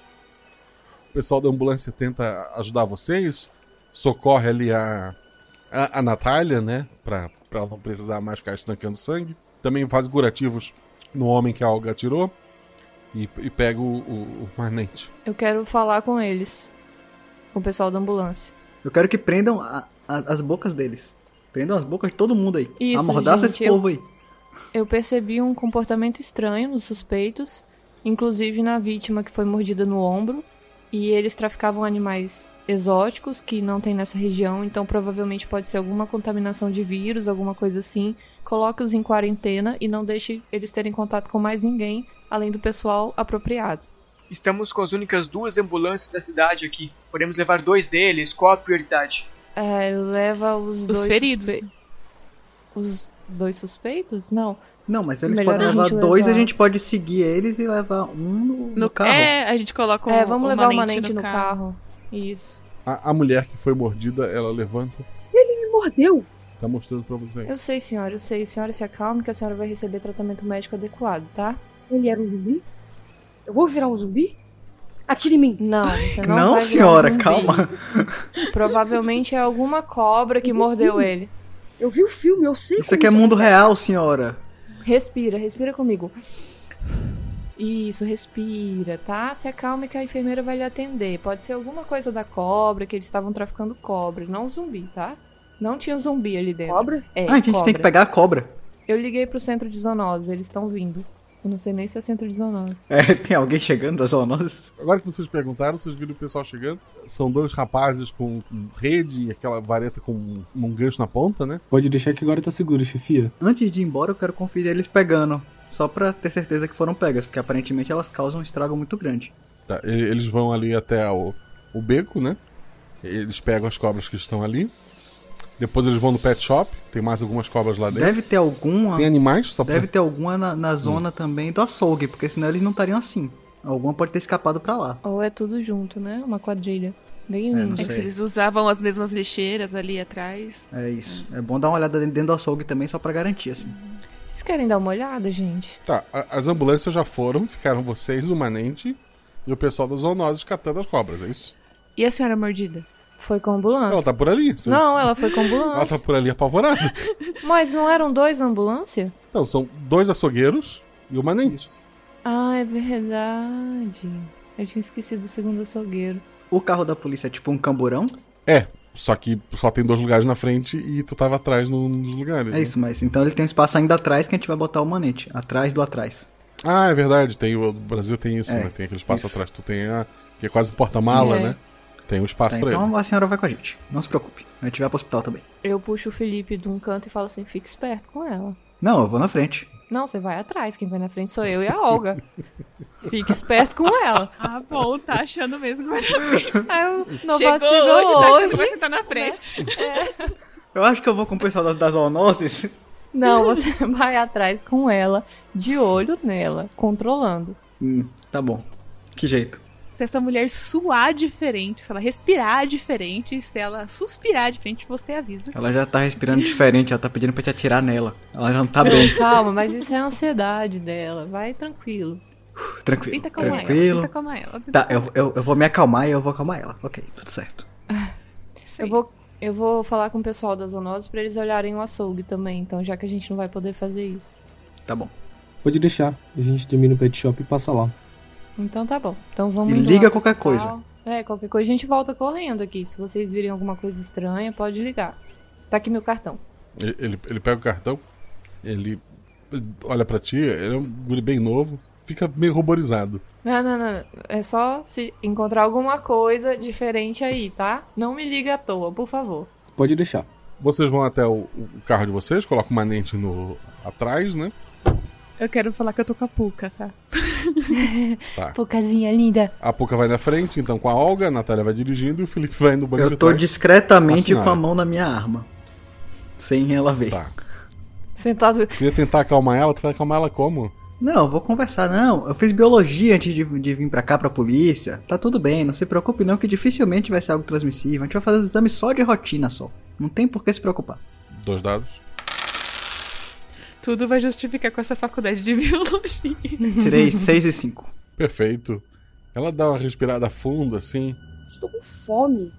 O pessoal da ambulância tenta ajudar vocês, socorre ali a, a, a Natália, né, pra, para não precisar mais ficar estancando sangue. Também faz curativos no homem que a Olga atirou e, e pega o, o, o, manente. Eu quero falar com eles, com o pessoal da ambulância. Eu quero que prendam a, a, as bocas deles. Prendam as bocas de todo mundo aí. Isso, Amordaça gente, esse povo eu, aí. Eu percebi um comportamento estranho nos suspeitos, inclusive na vítima que foi mordida no ombro. E eles traficavam animais exóticos que não tem nessa região, então provavelmente pode ser alguma contaminação de vírus, alguma coisa assim. Coloque-os em quarentena e não deixe eles terem contato com mais ninguém, além do pessoal apropriado. Estamos com as únicas duas ambulâncias da cidade aqui. Podemos levar dois deles, qual a prioridade? É, leva os, os dois feridos. Suspe... Os dois suspeitos? Não. Não, mas eles Melhor podem levar dois levar... a gente pode seguir eles e levar um no, no carro. É, a gente coloca um, É, vamos um levar o manente no, no carro. carro. Isso. A, a, mulher que foi mordida, ela levanta. Ele me mordeu! Tá mostrando pra você. Eu sei, senhora, eu sei. Senhora, se acalme que a senhora vai receber tratamento médico adequado, tá? Ele era um zumbi? Eu vou virar um zumbi? Atire em mim! Não, você não, não vai senhora, um calma. Provavelmente é alguma cobra que mordeu ele. Eu vi o filme, eu sei. Isso aqui é mundo real, senhora. Respira, respira comigo. Isso, respira, tá? Se acalme que a enfermeira vai lhe atender. Pode ser alguma coisa da cobra, que eles estavam traficando cobra, não zumbi, tá? Não tinha zumbi ali dentro. Cobra? É, ah, a gente cobra. tem que pegar a cobra. Eu liguei pro centro de zoonoses, eles estão vindo. Eu não sei nem se é centro de zoonoses. É, tem alguém chegando das zoonoses? Agora que vocês perguntaram, vocês viram o pessoal chegando. São dois rapazes com, com rede e aquela vareta com um, um gancho na ponta, né? Pode deixar que agora tá seguro, chefia. Antes de ir embora, eu quero conferir eles pegando. Só pra ter certeza que foram pegas, porque aparentemente elas causam um estrago muito grande. Tá, e- eles vão ali até o, o beco, né? Eles pegam as cobras que estão ali. Depois eles vão no pet shop. Tem mais algumas cobras lá dentro. Deve ter alguma. Tem animais? Só pra- Deve ter alguma na, na zona também do açougue, porque senão eles não estariam assim. Alguma pode ter escapado pra lá. Ou é tudo junto, né? Uma quadrilha. Bem É, não é sei. que se- Eles usavam as mesmas lixeiras ali atrás. É isso. É bom dar uma olhada dentro do açougue também, só pra garantir, assim. Vocês querem dar uma olhada, gente? Tá, a- as ambulâncias já foram, ficaram vocês, o Manente e o pessoal das zoonoses catando as cobras, é isso? E a senhora mordida? Foi com a ambulância. Ela tá por ali. você- Não, ela foi com a Ela ambulância. tá por ali apavorada. Mas não eram dois ambulância? Não, são dois açougueiros e o Manente. Ah, é verdade. Eu tinha esquecido do segundo açougueiro. O carro da polícia é tipo um camburão? É, só que só tem dois lugares na frente e tu tava atrás no- nos lugares. né? É isso, mas então ele tem um espaço ainda atrás que a gente vai botar o manete. Atrás do atrás. tá? Ah, é verdade. Tem, o Brasil tem isso, É, né? Tem aquele espaço isso. atrás. Tu tem a. que é quase um porta-mala, É. né? Tem um espaço Tá, pra então ele. a senhora vai com a gente. Não se preocupe. A gente vai pro hospital também. Eu puxo o Felipe de um canto e falo assim: fica esperto com ela. Não, eu vou na frente. Não, você vai atrás. Quem vai na frente sou eu e a Olga. Fique esperto com ela. Ah, bom, tá achando mesmo. Aí eu Chegou novativo hoje, Né? tá achando hoje. que vai sentar na frente. Eu acho que eu vou com o pessoal das, das zoonoses. Não, você vai atrás com ela, de olho nela, controlando. Hum, tá bom. Que jeito. Se essa mulher suar diferente, se ela respirar diferente, se ela suspirar diferente, você avisa. Ela já tá respirando diferente, ela tá pedindo pra te atirar nela. Ela já não tá bem. Calma, mas isso é a ansiedade dela. Vai tranquilo. Tranquilo. Tenta acalmar ela, tranquilo. tenta acalmar ela, tenta Tá, eu, eu, eu vou me acalmar e eu vou acalmar ela. Ok, tudo certo. Eu vou, eu vou falar com o pessoal da zoonoses pra eles olharem o açougue também, então, já que a gente não vai poder fazer isso. Tá bom. Pode deixar. A gente termina o pet shop e passa lá. Então tá bom. Então vamos. E indo liga lá pro qualquer hospital. É, qualquer coisa a gente volta correndo aqui. Se vocês virem alguma coisa estranha, pode ligar. Tá aqui meu cartão. Ele, ele- ele pega o cartão, ele olha pra ti, ele é um guri bem novo, fica meio ruborizado. Não, não, não. não. É só se encontrar alguma coisa diferente aí, tá? Não me liga à toa, por favor. Pode deixar. Vocês vão até o, o carro de vocês, colocam o manente no, atrás, né? Eu quero falar que eu tô com a Puca, tá? Tá. Pucazinha linda. A Puca vai na frente, então com a Olga, a Natália vai dirigindo e o Felipe vai no banheiro. Eu tô discretamente com a mão na minha arma. Sem ela ver. Tá. Sentado. Tu ia tentar acalmar ela, tu vai acalmar ela como? Não, eu vou conversar, não. Eu fiz biologia antes de, de vir pra cá, pra polícia. Tá tudo bem, não se preocupe não, que dificilmente vai ser algo transmissível. A gente vai fazer os exames só de rotina, só. Não tem por que se preocupar. Dois dados. Tudo vai justificar com essa faculdade de biologia. Tirei 6 e 5. Perfeito. Ela dá uma respirada funda, assim. Estou com fome.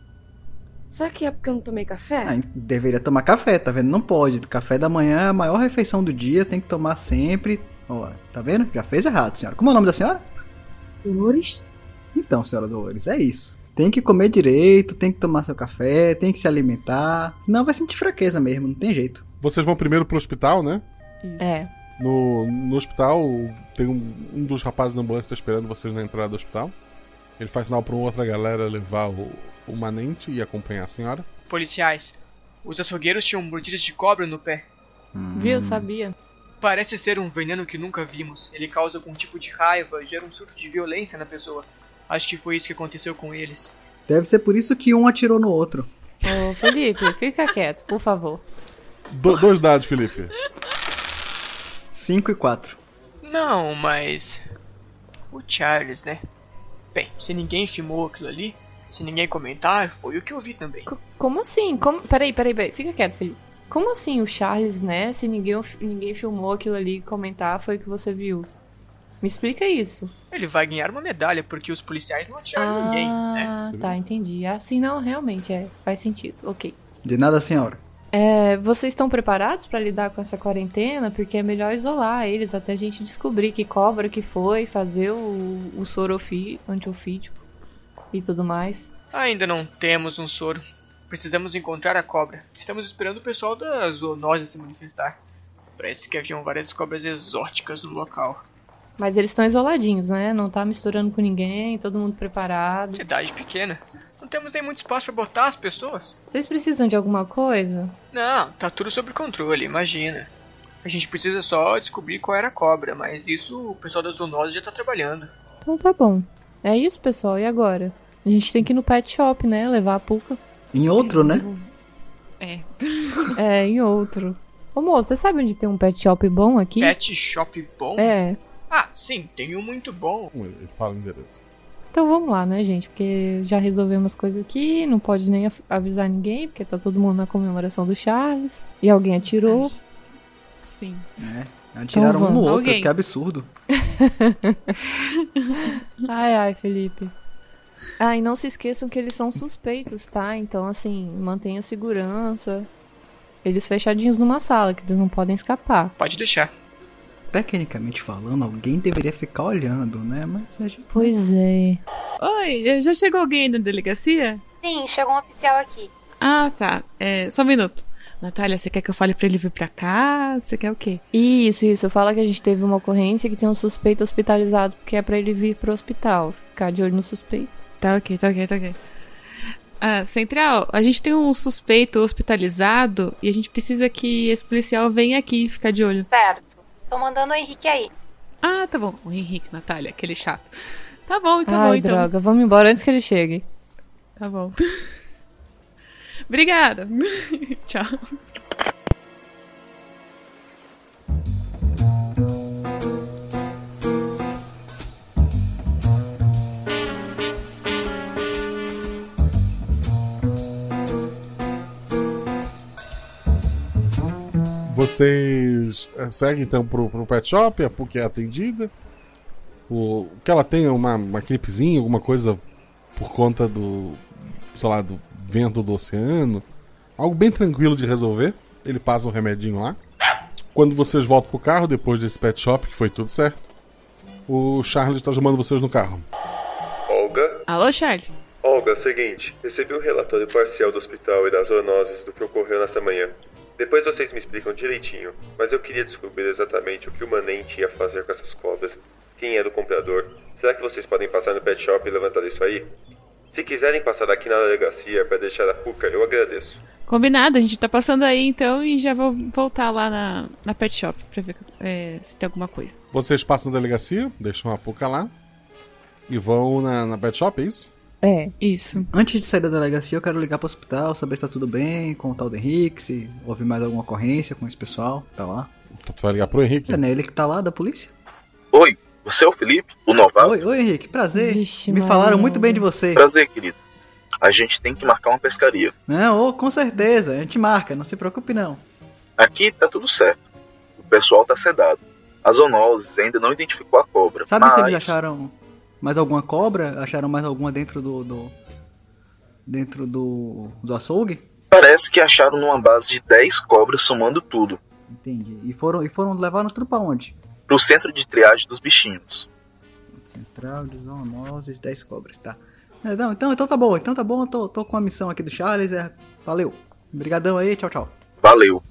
Será que é porque eu não tomei café? Ah, deveria tomar café, tá vendo? Não pode. Café da manhã é a maior refeição do dia, tem que tomar sempre. Ó, tá vendo? Já fez errado, senhora. Como é o nome da senhora? Dolores? Então, senhora Dolores, é isso. Tem que comer direito, tem que tomar seu café, tem que se alimentar. Não, vai sentir fraqueza mesmo, não tem jeito. Vocês vão primeiro pro hospital, né? É. No, no hospital, tem um, um dos rapazes da ambulância tá esperando vocês na entrada do hospital. Ele faz sinal pra uma outra galera levar o, o manente e acompanhar a senhora. Policiais. Os açougueiros tinham mordidas de cobra no pé. Viu? Sabia. Parece ser um veneno que nunca vimos. Ele causa algum tipo de raiva, gera um surto de violência na pessoa. Acho que foi isso que aconteceu com eles. Deve ser por isso que um atirou no outro. Ô, Felipe, fica quieto, por favor. Do- dois dados, Felipe. 5 e 4. Não, mas. O Charles, né? Bem, se ninguém filmou aquilo ali, se ninguém comentar, foi o que eu vi também. Como assim? Como... Peraí, peraí, peraí. Fica quieto, Felipe. Como assim o Charles, né? Se ninguém, ninguém filmou aquilo ali e comentar, foi o que você viu. Me explica isso. Ele vai ganhar uma medalha porque os policiais não atiraram ninguém, Ah, né? tá, entendi. Assim não, realmente, é. Faz sentido. Ok. De nada, senhora. É, vocês estão preparados pra lidar com essa quarentena? Porque é melhor isolar eles até a gente descobrir que cobra que foi, fazer o, o soro antiofídico e tudo mais. Ainda não temos um soro. Precisamos encontrar a cobra. Estamos esperando o pessoal da zoonose se manifestar. Parece que haviam várias cobras exóticas no local. Mas eles estão isoladinhos, né? Não tá misturando com ninguém, todo mundo preparado. Cidade pequena. Não temos nem muito espaço para botar as pessoas. Vocês precisam de alguma coisa? Não, tá tudo sob controle, imagina. A gente precisa só descobrir qual era a cobra, mas isso o pessoal da zoonose já tá trabalhando. Então tá bom. É isso, pessoal. E agora? A gente tem que ir no pet shop, né? Levar a puca. Em outro, né? É. É, em outro. Ô moço, você sabe onde tem um pet shop bom aqui? Pet shop bom? É. Ah, sim, tem um muito bom. Ele fala o endereço. Então vamos lá, né, gente? Porque já resolvemos as coisas aqui, não pode nem avisar ninguém, porque tá todo mundo na comemoração do Charles. E alguém atirou. Sim. É, atiraram um Então no vamos. outro, Alguém. que absurdo. ai, ai, Felipe. Ah, e não se esqueçam que eles são suspeitos, tá? Então, assim, mantenha a segurança. Eles fechadinhos numa sala, que eles não podem escapar. Pode deixar. Tecnicamente falando, alguém deveria ficar olhando, né? Mas a gente... Pois é. Oi, já chegou alguém aí na delegacia? Sim, chegou um oficial aqui. Ah, tá. É, só um minuto. Natália, você quer que eu fale pra ele vir pra cá? Você quer o quê? Isso, isso. Fala que a gente teve uma ocorrência que tem um suspeito hospitalizado, porque é pra ele vir pro hospital. Ficar de olho no suspeito. Tá ok, tá ok, tá ok. Ah, Central, a gente tem um suspeito hospitalizado e a gente precisa que esse policial venha aqui ficar de olho. Certo. Tô mandando o Henrique aí. Ah, tá bom. O Henrique, Natália, aquele chato. Tá bom, tá ai, bom, então. droga. Vamos embora antes que ele chegue. Tá bom. Obrigada. Tchau. Vocês eh, seguem então pro, pro pet shop, a PUC é atendida. O, o que ela tem é uma, uma crepezinha, alguma coisa por conta do, sei lá, do vento do oceano. Algo bem tranquilo de resolver. Ele passa um remedinho lá. Quando vocês voltam pro carro, depois desse pet shop, que foi tudo certo, o Charles tá chamando vocês no carro. Olga? Alô, Charles. Olga, é seguinte. Recebi o relatório parcial do hospital e das zoonoses do que ocorreu nessa manhã. Depois vocês me explicam direitinho, mas eu queria descobrir exatamente o que o Manente ia fazer com essas cobras. Quem era o comprador? Será que vocês podem passar no pet shop e levantar isso aí? Se quiserem passar aqui na delegacia para deixar a Puca, eu agradeço. Combinado, a gente tá passando aí então e já vou voltar lá na, na pet shop pra ver é, se tem alguma coisa. Vocês passam na delegacia, deixam a PUCA lá e vão na, na pet shop, é isso? É. Isso. Antes de sair da delegacia, eu quero ligar pro hospital, saber se tá tudo bem, contar o do Henrique, se houve mais alguma ocorrência com esse pessoal que tá lá. Tu vai ligar pro Henrique? É, né? Ele que tá lá, da polícia. Oi, você é o Felipe, o novato? Oi, oi Henrique, prazer. Me falaram muito bem de você. Prazer, querido. A gente tem que marcar uma pescaria. Não, Né? ô, com certeza, a gente marca, não se preocupe não. Aqui tá tudo certo. O pessoal tá sedado. A zoonoses ainda não identificou a cobra. Sabe mas... se eles acharam mais alguma cobra? Acharam mais alguma dentro do. do- dentro do. do açougue? Parece que acharam numa base de 10 cobras somando tudo. Entendi. E foram, e foram levaram tudo pra onde? Pro centro de triagem dos bichinhos. Central de zoonoses, 10 cobras, tá. É, não, então, então tá bom, então tá bom, eu tô, tô com a missão aqui do Charles, é, valeu. Obrigadão aí, tchau, tchau. Valeu.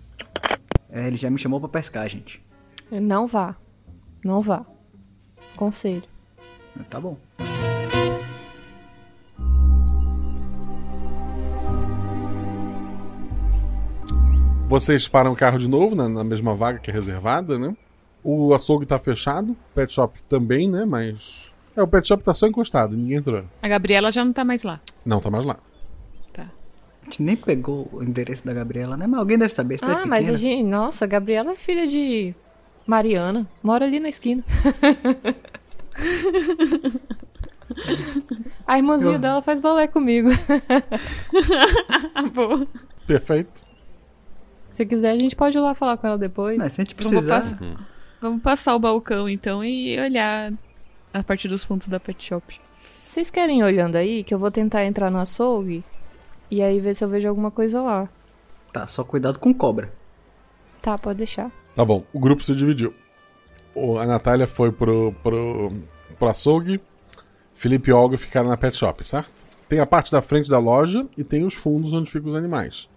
É, ele já me chamou pra pescar, gente. Não vá. Não vá. Conselho. Tá bom. Vocês param o carro de novo, na, na mesma vaga que é reservada, né? O açougue tá fechado, o pet shop também, né? Mas. É, o pet shop tá só encostado, ninguém entrou. A Gabriela já não tá mais lá. Não, tá mais lá. A gente nem pegou o endereço da Gabriela, né? Mas alguém deve saber, se tá Ah, pequena. mas a gente. Nossa, a Gabriela é filha de Mariana. Mora ali na esquina. a irmãzinha Eu- dela faz balé comigo. Boa. Perfeito. Se quiser, a gente pode ir lá falar com ela depois. Mas se a gente Então vou precisar- Vamos passar o balcão então e olhar a partir dos fundos da pet shop. Vocês querem ir olhando aí que eu vou tentar entrar no açougue e aí ver se eu vejo alguma coisa lá. Tá, só cuidado com cobra. Tá, pode deixar. Tá bom, o grupo se dividiu. O- a Natália foi pro, pro, pro açougue, Felipe e Olga ficaram na pet shop, certo? Tem a parte da frente da loja e tem os fundos onde ficam os animais.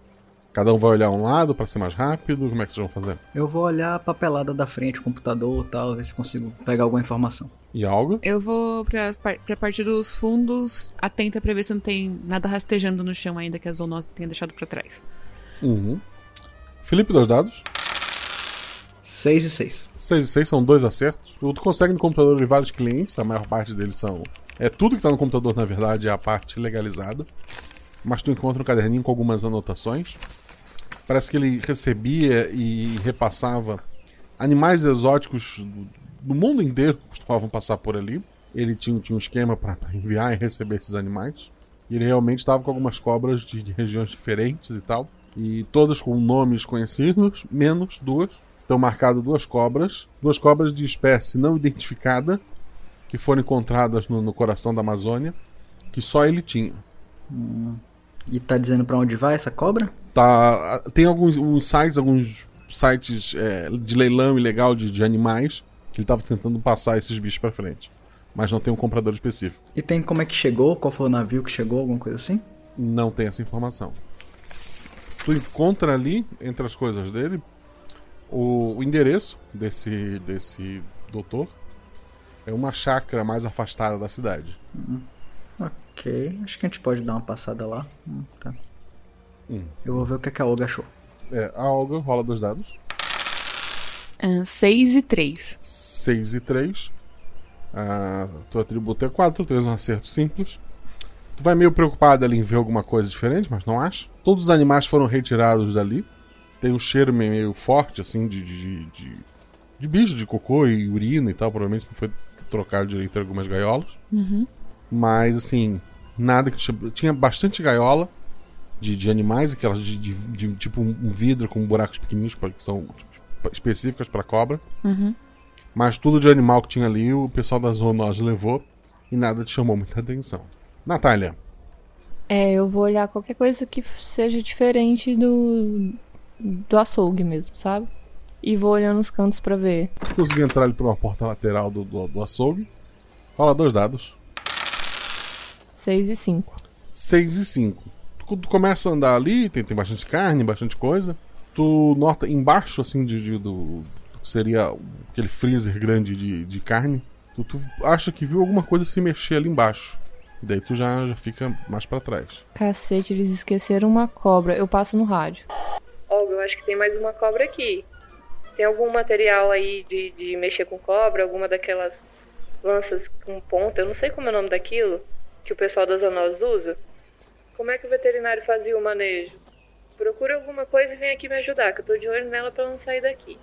Cada um vai olhar um lado para ser mais rápido. Como é que vocês vão fazer? Eu vou olhar a papelada da frente, o computador e tal, ver se consigo pegar alguma informação. E algo? Eu vou pra, pra parte dos fundos, atenta pra ver se não tem nada rastejando no chão ainda que a zoonose tenha deixado pra trás. Uhum. Felipe, dois dados. 6 e 6. 6 e 6 são dois acertos. Tu consegue no computador de vários clientes, a maior parte deles são. É tudo que tá no computador, na verdade, é a parte legalizada. Mas tu encontra um caderninho com algumas anotações. Parece que ele recebia e repassava animais exóticos do, do mundo inteiro que costumavam passar por ali. Ele tinha, tinha um esquema para enviar e receber esses animais. E ele realmente estava com algumas cobras de, de regiões diferentes e tal. E todas com nomes conhecidos, menos duas estão marcado duas cobras, duas cobras de espécie não identificada, que foram encontradas no, no coração da Amazônia, que só ele tinha. Hum. E tá dizendo para onde vai essa cobra? Tá, tem alguns uns sites, alguns sites é, de leilão ilegal de, de animais que ele estava tentando passar esses bichos para frente, mas não tem um comprador específico. E tem como é que chegou, qual foi o navio que chegou, alguma coisa assim? Não tem essa informação. Tu encontra ali entre as coisas dele o, o, endereço desse, desse doutor é uma chácara mais afastada da cidade. Hum, ok, acho que a gente pode dar uma passada lá. Hum, tá. Hum. Eu vou ver o que, é que, a Olga achou. É, a Olga rola dois dados. 6 É, e 3. 6 e 3. Ah, teu atributo é 4, 3 é um acerto simples. Tu vai meio preocupado ali em ver alguma coisa diferente, mas não acha. Todos os animais foram retirados dali tem um cheiro meio forte, assim, de, de, de, de, bicho, de cocô e urina e tal. Provavelmente não foi trocado direito em algumas gaiolas. Uhum. Mas, assim, nada que. Tinha bastante gaiola de, de animais, aquelas de, de, de tipo um vidro com buracos pequenininhos, que são tipo, específicas para cobra. Uhum. Mas tudo de animal que tinha ali, o pessoal da zoonose levou e nada te chamou muita atenção. Natália. É, eu vou olhar qualquer coisa que seja diferente do, do açougue mesmo, sabe? E vou olhando os cantos para ver. Consegui entrar ali por uma porta lateral do, do, do açougue. Rola dois dados. 6 e 5. 6 e 5. Tu, tu, começa a andar ali, tem, tem bastante carne, bastante coisa. Tu nota embaixo, assim, de, de do, do, que seria aquele freezer grande de, de carne. Tu, tu, acha que viu alguma coisa se mexer ali embaixo. E daí tu já, já fica mais para trás. Cacete, eles esqueceram uma cobra. Eu passo no rádio. Olga, eu acho que tem mais uma cobra aqui. Tem algum material aí de, de mexer com cobra? Alguma daquelas lanças com ponta? Eu não sei como é o nome daquilo que o pessoal das anós usa. Como é que o veterinário fazia o manejo? Procura alguma coisa e vem aqui me ajudar, que eu tô de olho nela pra ela não sair daqui.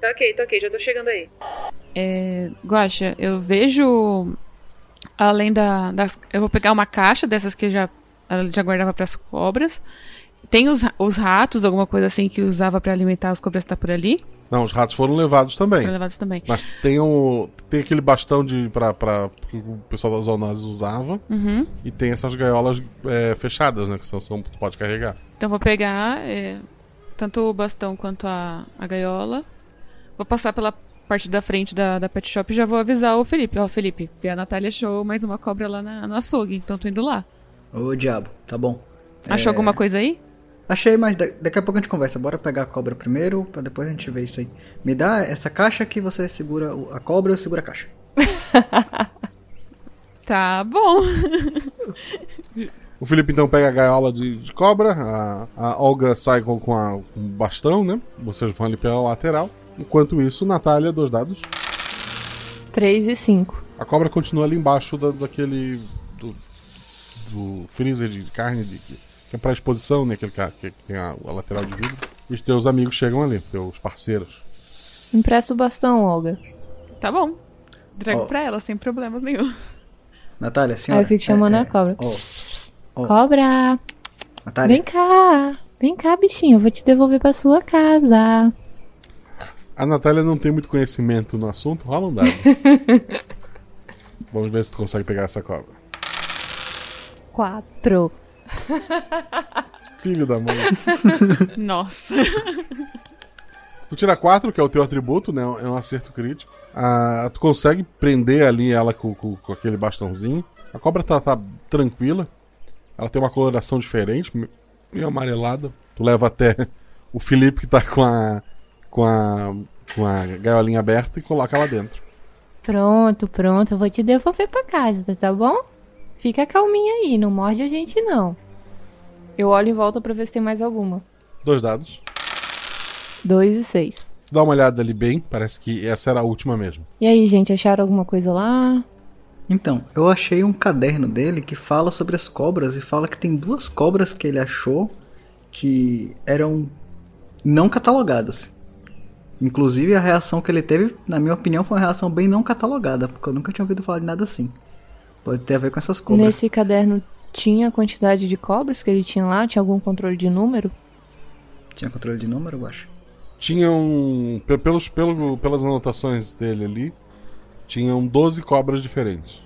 Tá ok, tá ok, já tô chegando aí. É, Guaxa, eu vejo. Além da, das. Eu vou pegar uma caixa dessas que eu já, eu já guardava pras cobras. Tem os, os ratos, alguma coisa assim que usava para alimentar os cobras tá por ali? Não, os ratos foram levados também. Foram levados também. Mas tem, o, tem aquele bastão de pra, pra, que o pessoal das zoonoses usava. Uhum. E tem essas gaiolas é, fechadas, né? Que são, são pode carregar. Então vou pegar é, tanto o bastão quanto a, a gaiola. Vou passar pela parte da frente da, da pet shop e já vou avisar o Felipe. Ó, oh, Felipe, a Natália achou mais uma cobra lá na, no açougue, então tô indo lá. Ô, diabo, tá bom. Achou é... alguma coisa aí? Achei, mas daqui a pouco a gente conversa. Bora pegar a cobra primeiro, pra depois a gente ver isso aí. Me dá essa caixa que você segura a cobra eu seguro a caixa. tá bom. o Felipe então pega a gaiola de, de cobra, a, a, Olga sai com, com, a, com um bastão, né? Vocês vão ali pela lateral. Enquanto isso, Natália, dois dados. 3 e 5. A cobra continua ali embaixo da, daquele. Do, do freezer de carne de que é pra exposição, né? Aquele que, que, que tem a, a, lateral de vidro. E os teus amigos chegam ali, teus parceiros. Empresta o bastão, Olga. Tá bom. Trago oh. pra ela, sem problemas nenhum. Natália, senhora. Aí eu fico chamando é, é, a cobra. Oh. Pss, pss, pss. Oh. Cobra! Natália. Vem cá! Vem cá, bichinho, eu vou te devolver pra sua casa. A Natália não tem muito conhecimento no assunto, rola um dado. Vamos ver se tu consegue pegar essa cobra. Quatro. Filho da mãe. Nossa. Tu tira 4, que é o teu atributo, né? É um acerto crítico. Ah, tu consegue prender ali ela com, com, com aquele bastãozinho. A cobra tá, tá, tranquila. Ela tem uma coloração diferente, meio amarelada. Tu leva até o Felipe que tá com a com a com a gaiolinha aberta e coloca lá dentro. Pronto, pronto, eu vou te devolver pra casa, tá bom? Fica calminha aí, não morde a gente não. Eu olho em volta pra ver se tem mais alguma. Dois dados. Dois e seis. Tu dá uma olhada ali bem, parece que essa era a última mesmo. E aí, gente, acharam alguma coisa lá? Então, eu achei um caderno dele que fala sobre as cobras e fala que tem duas cobras que ele achou que eram não catalogadas. Inclusive a reação que ele teve, na minha opinião, foi uma reação bem não catalogada, porque eu nunca tinha ouvido falar de nada assim. Pode ter a ver com essas cobras. Nesse caderno tinha a quantidade de cobras que ele tinha lá? Tinha algum controle de número? Tinha controle de número, eu acho. Tinham, um, pe- pelos, pelo, pelas anotações dele ali, tinham 12 cobras diferentes.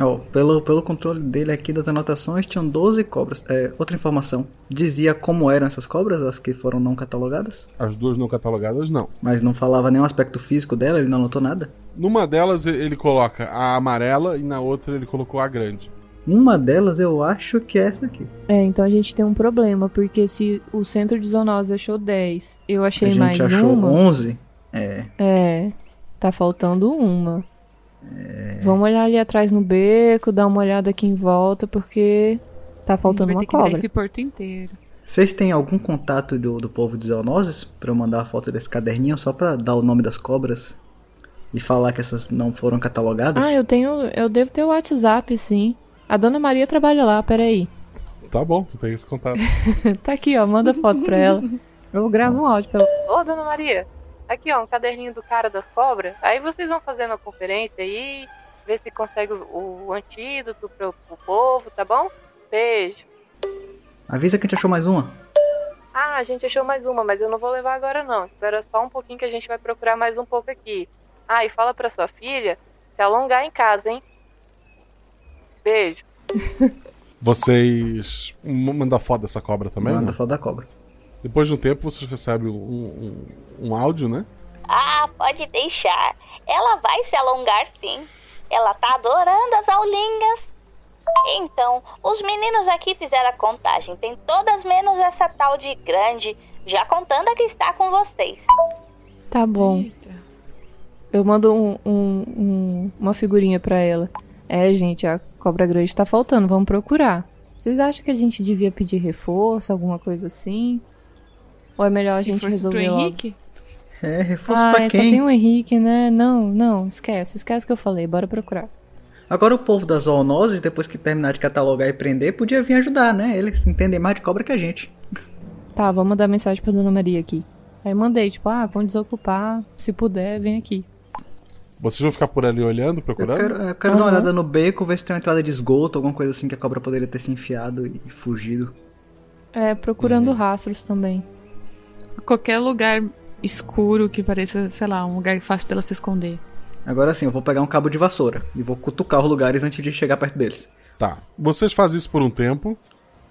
Ó, pelo, pelo controle dele aqui das anotações, tinham 12 cobras. É, outra informação, dizia como eram essas cobras, as que foram não catalogadas? As duas não catalogadas, não. Mas não falava nenhum aspecto físico dela, ele não anotou nada? Numa delas e- ele coloca a amarela e na outra ele colocou a grande. Uma delas eu acho que é essa aqui. É, então a gente tem um problema, porque se o centro de zoonose achou 10, eu achei a gente mais achou uma. 11. É. É, tá faltando uma. É. Vamos olhar ali atrás no beco, dar uma olhada aqui em volta, porque tá faltando vai uma ter que virar cobra. esse porto inteiro. Vocês têm algum contato do, do povo de zoonoses pra eu mandar a foto desse caderninho só pra dar o nome das cobras e falar que essas não foram catalogadas? Ah, eu tenho. Eu devo ter o WhatsApp, sim. A dona Maria trabalha lá, peraí. Tá bom, tu tem esse contato. tá aqui, ó, manda foto pra ela. Eu gravo um áudio pra ela. Ô, dona Maria, aqui ó, um caderninho do cara das cobras. Aí vocês vão fazendo a conferência aí, ver se consegue o, o antídoto pro, pro povo, tá bom? Beijo. Avisa que a gente achou mais uma. Ah, a gente achou mais uma, mas eu não vou levar agora não. Espera só um pouquinho que a gente vai procurar mais um pouco aqui. Ah, e fala pra sua filha se alongar em casa, hein? Beijo. Vocês m- mandam foto dessa cobra também? Manda não? foto da cobra. Depois de um tempo vocês recebem um, um, um áudio, né? Ah, pode deixar. Ela vai se alongar sim. Ela tá adorando as aulinhas. Então, os meninos aqui fizeram a contagem. Tem todas menos essa tal de grande, já contando a que está com vocês. Tá bom. Eu mando um- um- um- uma figurinha pra ela. É, gente, a cobra grande tá faltando, vamos procurar. Vocês acham que a gente devia pedir reforço, alguma coisa assim? Ou é melhor a gente Reforço pro resolver logo? Henrique? É, reforço Ah, pra é, só quem? tem o Henrique, né? Não, não, esquece, esquece o que eu falei, bora procurar. Agora o povo das zoonoses, depois que terminar de catalogar e prender, podia vir ajudar, né? Eles entendem mais de cobra que a gente. Tá, vou mandar mensagem pra Dona Maria aqui. Aí mandei, tipo, ah, quando desocupar, se puder, vem aqui. Vocês vão ficar por ali olhando, Eu procurando? quero, eu quero dar uma Aham. olhada no beco, ver se tem uma entrada de esgoto, alguma coisa assim que a cobra poderia ter se enfiado e fugido. É, procurando Uhum. rastros também. Qualquer lugar escuro que pareça, sei lá, um lugar fácil dela se esconder. Agora sim, eu vou pegar um cabo de vassoura e vou cutucar os lugares antes de chegar perto deles. Tá. Vocês fazem isso por um tempo.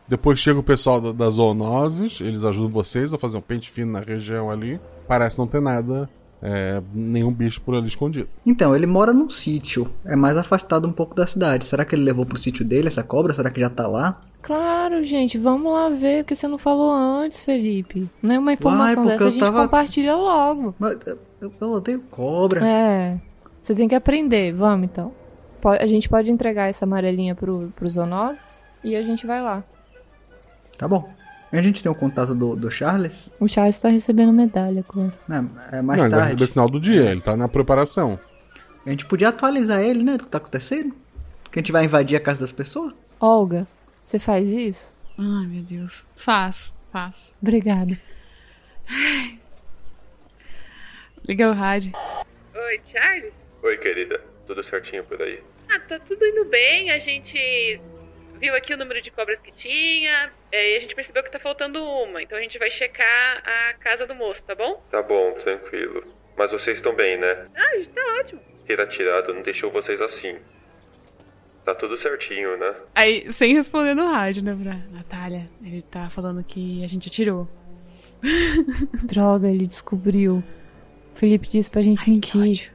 Depois chega o pessoal da- das zoonoses, eles ajudam vocês a fazer um pente fino na região ali. Parece não ter nada, é, nenhum bicho por ali escondido. Então, ele mora num sítio, é mais afastado um pouco da cidade. Será que ele levou pro sítio dele essa cobra? Será que já tá lá? Claro, gente, vamos lá ver, porque você não falou antes, Felipe. Não é uma informação porque dessa, eu a gente tava- compartilha logo. Eu, eu odeio cobra. É, você tem que aprender, vamos então. Po- A gente pode entregar essa amarelinha pro, pro Zoonoses e a gente vai lá. Tá bom. A gente tem o contato do, do Charles? O Charles tá recebendo medalha, claro. É, é mais não, ele vai tarde. receber no final do dia, ele tá na preparação. A gente podia atualizar ele, né, do que tá acontecendo? Que a gente vai invadir a casa das pessoas? Olga, você faz isso? Ai, meu Deus. Faço, faço. Obrigada. Liga o rádio. Oi, Charles? Oi, querida. Tudo certinho por aí? Ah, tá tudo indo bem. A gente viu aqui o número de cobras que tinha é, e a gente percebeu que tá faltando uma. Então a gente vai checar a casa do moço, tá bom? Tá bom, tranquilo. Mas vocês estão bem, né? Ah, tá ótimo. Ter atirado não deixou vocês assim. Tá tudo certinho, né? Aí, sem responder no rádio, né, pra Natália? Ele tá falando que a gente atirou. Droga, ele descobriu. O Felipe disse pra gente mentir.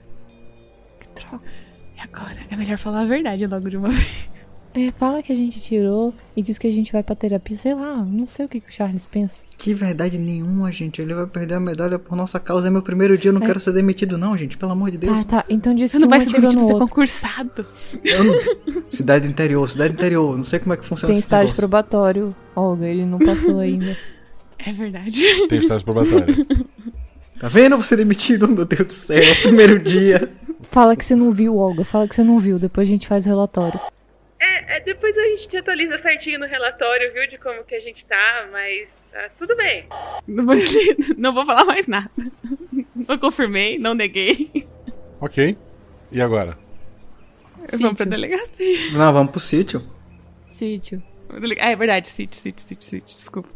E agora? É melhor falar a verdade logo de uma vez. É, fala que a gente tirou e diz que a gente vai pra terapia, sei lá, não sei o que, que o Charles pensa. Que verdade nenhuma, gente. Ele vai perder a medalha por nossa causa. É meu primeiro dia, eu não É. quero ser demitido, não, gente. Pelo amor de Deus. Tá, tá, então diz Você que não vai um se atirou permitir no ser outro. concursado. Eu não- Cidade interior, cidade interior. Não sei como é que funciona Tem esse estágio negócio. probatório, Olga, ele não passou ainda. É verdade. Tem estágio probatório. Tá vendo você demitido? Meu Deus do céu, é o primeiro dia. Fala que você não viu, Olga, fala que você não viu, depois a gente faz o relatório. É, é, depois a gente te atualiza certinho no relatório, viu, de como que a gente tá, mas tá tudo bem. Não vou, não vou falar mais nada. Não confirmei, não neguei. ok. E agora? Vamos pra delegacia. Não, vamos pro sítio. Sítio. Ah, é verdade, sítio, sítio, sítio, sítio, desculpa.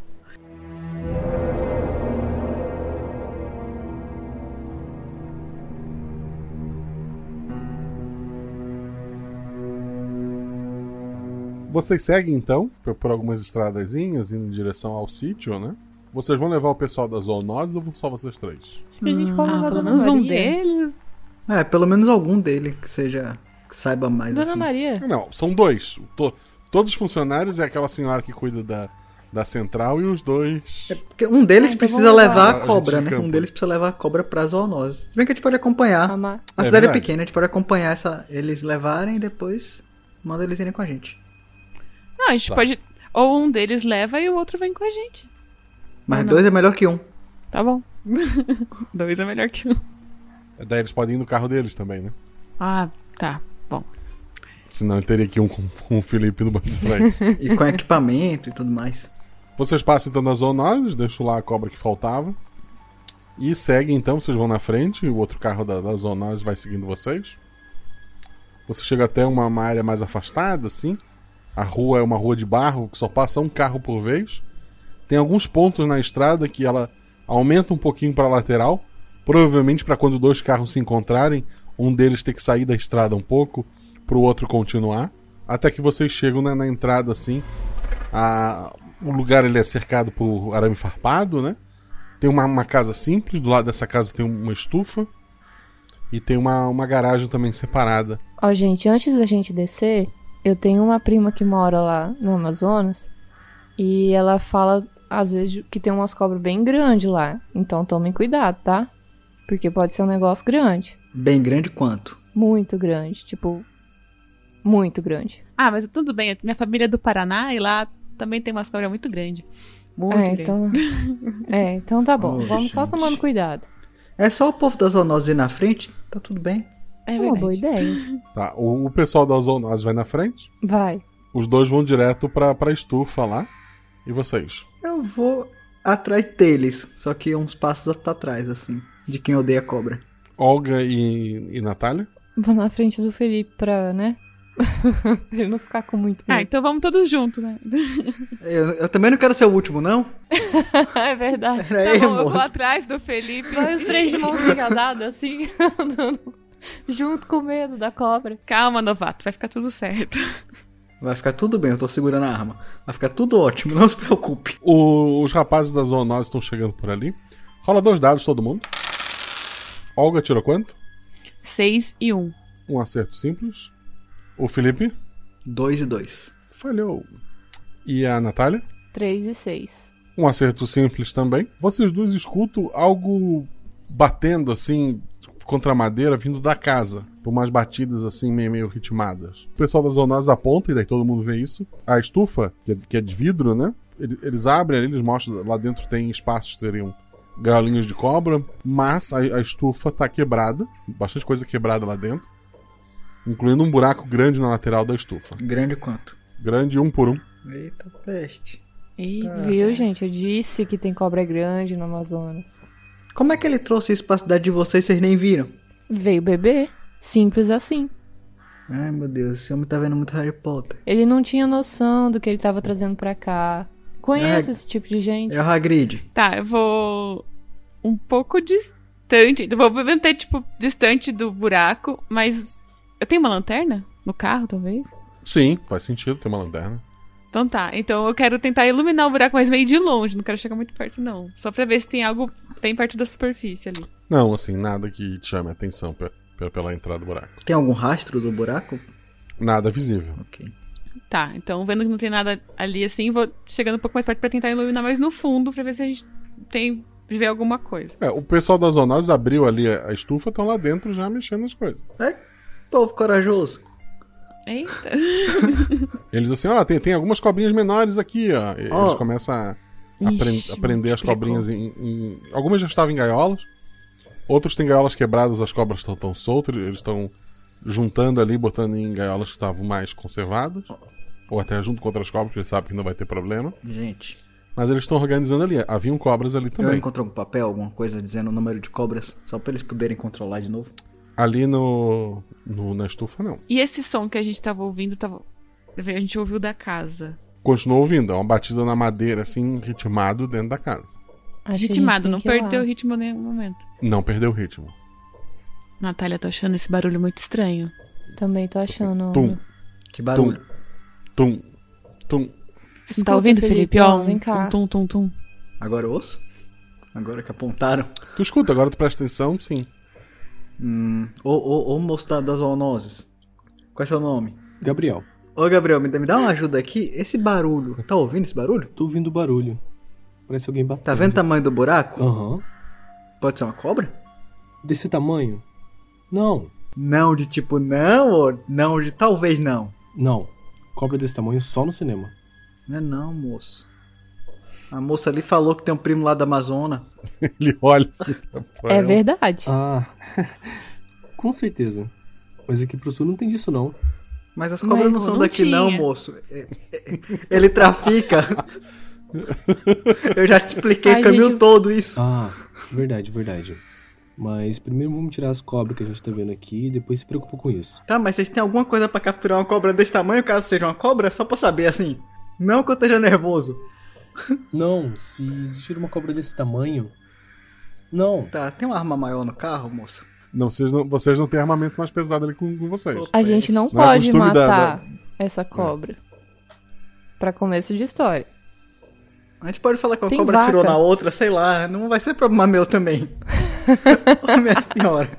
Vocês seguem então por- por algumas estradazinhas indo em direção ao sítio, né? Vocês vão levar o pessoal das zoonoses ou vão só vocês três? que a gente pode ah, levar a pelo Dona menos um Maria. deles. É, pelo menos algum dele que seja. que saiba mais. Dona assim. Maria. Não, são dois. To- todos os funcionários é aquela senhora que cuida da, da central e os dois. Porque um deles Ah, então precisa vamos levar levar a a gente cobra, de né? campo. Um deles precisa levar a cobra pra zoonose. Se bem que a gente pode Ah. acompanhar. Amar. A É cidade é verdade. pequena, a gente pode acompanhar essa, eles levarem e depois manda eles irem com a gente. Ah, Não, a gente Tá. pode. Ou um deles leva e o outro vem com a gente. Mas dois é melhor que um. Tá bom. Dois é melhor que um. Daí eles podem ir no carro deles também, né? Ah, tá. Bom. Senão ele teria que ir um com, com o Felipe no banco de trás. E com equipamento e tudo mais. Vocês passam então das zoonoses, deixam lá a cobra que faltava. E seguem então, vocês vão na frente, o outro carro da, da zoonoses vai seguindo vocês. Você chega até uma, uma área mais afastada, assim. A rua é uma rua de barro que só passa um carro por vez. Tem alguns pontos na estrada que ela aumenta um pouquinho para a lateral, provavelmente para quando dois carros se encontrarem, um deles ter que sair da estrada um pouco para o outro continuar, até que vocês chegam né, na entrada assim. a- O lugar ele é cercado por arame farpado, né? Tem uma, uma casa simples, do lado dessa casa tem uma estufa e tem uma, uma garagem também separada. Ó, gente, antes da gente descer, eu tenho uma prima que mora lá no Amazonas e ela fala, às vezes, que tem umas cobras bem grandes lá. Então tomem cuidado, tá? Porque pode ser um negócio grande. Bem grande quanto? Muito grande. Tipo, muito grande. Ah, mas tudo bem. Minha família é do Paraná e lá também tem umas cobras muito grandes. Muito é, grande. então, é, então tá bom. Ô, Vamos só tomando cuidado. É só o povo da zoonose ir na frente, tá tudo bem. É uma boa ideia. Tá? O, o pessoal da zoonose vai na frente, Vai. os dois vão direto pra, pra estufa lá. E vocês? Eu vou atrás deles, só que uns passos pra trás, assim, de quem odeia a cobra. Olga e, e Natália? Vou na frente do Felipe pra, né? Ele não ficar com muito Ah, medo. então vamos todos juntos, né? Eu, eu também não quero ser o último, não? é verdade. Tá Peraí, bom, eu amor. vou atrás do Felipe. Vai os três de mãozinha dada, assim, andando junto com medo da cobra. Calma, novato, vai ficar tudo certo. Vai ficar tudo bem, eu tô segurando a arma. Vai ficar tudo ótimo, não se preocupe. O- os rapazes da zoonose estão chegando por ali. Rola dois dados todo mundo. Olga tirou quanto? Seis e um. Um acerto simples. O Felipe? Dois e dois. Falhou. E a Natália? 3 e 6. Um acerto simples também. Vocês dois escutam algo batendo assim contra a madeira vindo da casa. Por umas batidas assim meio, meio ritmadas. O pessoal das zonas aponta, e daí todo mundo vê isso. A estufa, que é, que é de vidro, né? Ele- Eles abrem ali, eles mostram. Lá dentro tem espaços que teriam galinhos de cobra. Mas a, a estufa tá quebrada. Bastante coisa quebrada lá dentro. Incluindo um buraco grande na lateral da estufa. Grande quanto? Grande um por um. Eita, peste. Ah, tá. Viu, gente? Eu disse que tem cobra grande no Amazonas. Como é que ele trouxe isso pra cidade de vocês e vocês nem viram? Veio bebê. Simples assim. Ai, meu Deus, esse homem tá vendo muito Harry Potter. Ele não tinha noção do que ele tava trazendo pra cá. Conhece É. esse tipo de gente? É o Hagrid. Tá, eu vou um pouco distante. Eu Vou manter, tipo, distante do buraco, mas. Eu tenho uma lanterna? No carro, talvez? Sim, faz sentido ter uma lanterna. Então tá. Então eu quero tentar iluminar o buraco, mas meio de longe. Não quero chegar muito perto, não. Só pra ver se tem algo bem perto da superfície ali. Não, assim, nada que te chame a atenção pe- pe- pela entrada do buraco. Tem algum rastro do buraco? Nada visível. Ok. Tá, então vendo que não tem nada ali assim, vou chegando um pouco mais perto pra tentar iluminar mais no fundo pra ver se a gente tem vê alguma coisa. É, o pessoal das zoonoses abriu ali a estufa, estão lá dentro já mexendo nas coisas. É, povo corajoso. Eita. Eles assim, ó, tem, tem algumas cobrinhas menores aqui, ó. E Eles Ó. começam a apren- Ixi, a prender as multiplicou. cobrinhas em, em- Algumas já estavam em gaiolas, outros têm gaiolas quebradas, as cobras estão tão soltas, eles estão juntando ali, botando em gaiolas que estavam mais conservadas. Ou até junto com outras cobras, porque eles sabem que não vai ter problema. Gente. Mas eles estão organizando ali. Haviam cobras ali Eu também. encontrei algum papel, alguma coisa dizendo o número de cobras, só pra eles poderem controlar de novo. Ali no, no- na estufa, não. E esse som que a gente tava ouvindo, tava... a gente ouviu da casa. Continuou ouvindo, é uma batida na madeira, assim, ritmado dentro da casa. Acho que a gente Ritmado, tem não que ir lá. perdeu o ritmo em nenhum momento. Não perdeu o ritmo. Natália, tô achando esse barulho muito estranho. Também tô achando. Assim, Tum. Que barulho. Tum. Tum. Você não tá ouvindo, Felipe? Ó, vem um, cá. um tum, tum, tum. Agora eu ouço? Agora que apontaram. Tu escuta, agora tu presta atenção, sim. Hum, ô, ô, ô moço da- das zoonoses. Qual é seu nome? Gabriel. Ô, Gabriel, me dá, me dá uma ajuda aqui. Esse barulho, tá ouvindo esse barulho? Tô ouvindo o barulho. Parece alguém batendo. Tá vendo o tamanho do buraco? Aham. Pode ser uma cobra? Desse tamanho? Não. Não de tipo não ou não de talvez não? Não. Cobra desse tamanho só no cinema. Não é não, moço. A moça ali falou que tem um primo lá da Amazônia. Ele olha assim pra É ela. verdade. Ah. Com certeza. Mas aqui pro sul não tem disso, não. Mas as Mas cobras não são não daqui não, tinha. moço. É- é- Ele trafica. Eu já te expliquei o caminho todo isso. Ah, verdade, verdade. Mas primeiro vamos tirar as cobras que a gente tá vendo aqui e depois se preocupa com isso. Tá, mas vocês têm alguma coisa pra capturar uma cobra desse tamanho, caso seja uma cobra? Só pra saber, assim. Não que eu esteja nervoso. Não, se existir uma cobra desse tamanho. Não. Tá, tem uma arma maior no carro, moça? Não, vocês não, vocês não têm armamento mais pesado ali com, com vocês. A gente não, é pode costume matar da- da- essa cobra. Pra começo de história. A gente pode falar que uma Tem cobra tirou vaca. na outra, sei lá. Não vai ser problema meu também. Ô, minha senhora.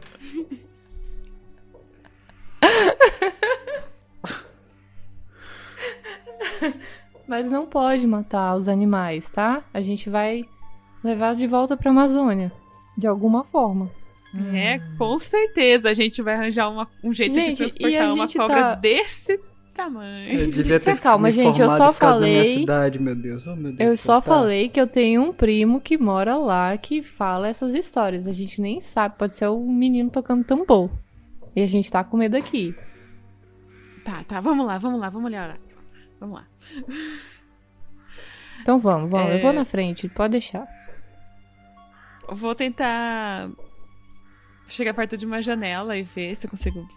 Mas não pode matar os animais, tá? A gente vai levar de volta pra Amazônia. De alguma forma. É, com certeza a gente vai arranjar uma- um jeito Gente, de e a transportar uma gente cobra tá- desse tamanho. Eu devia Se ter acalma, me gente, eu informado só e ficado na minha falei- cidade, meu Deus. Oh, meu Deus Eu do só céu, tá. falei que eu tenho um primo que mora lá que fala essas histórias. A gente nem sabe, pode ser um menino tocando tambor. E a gente tá com medo aqui. Tá, tá, vamos lá, vamos lá, vamos olhar lá. Vamos lá. Então vamos, vamos. Eu vou É. na frente, pode deixar. Eu vou tentar chegar perto de uma janela e ver se eu consigo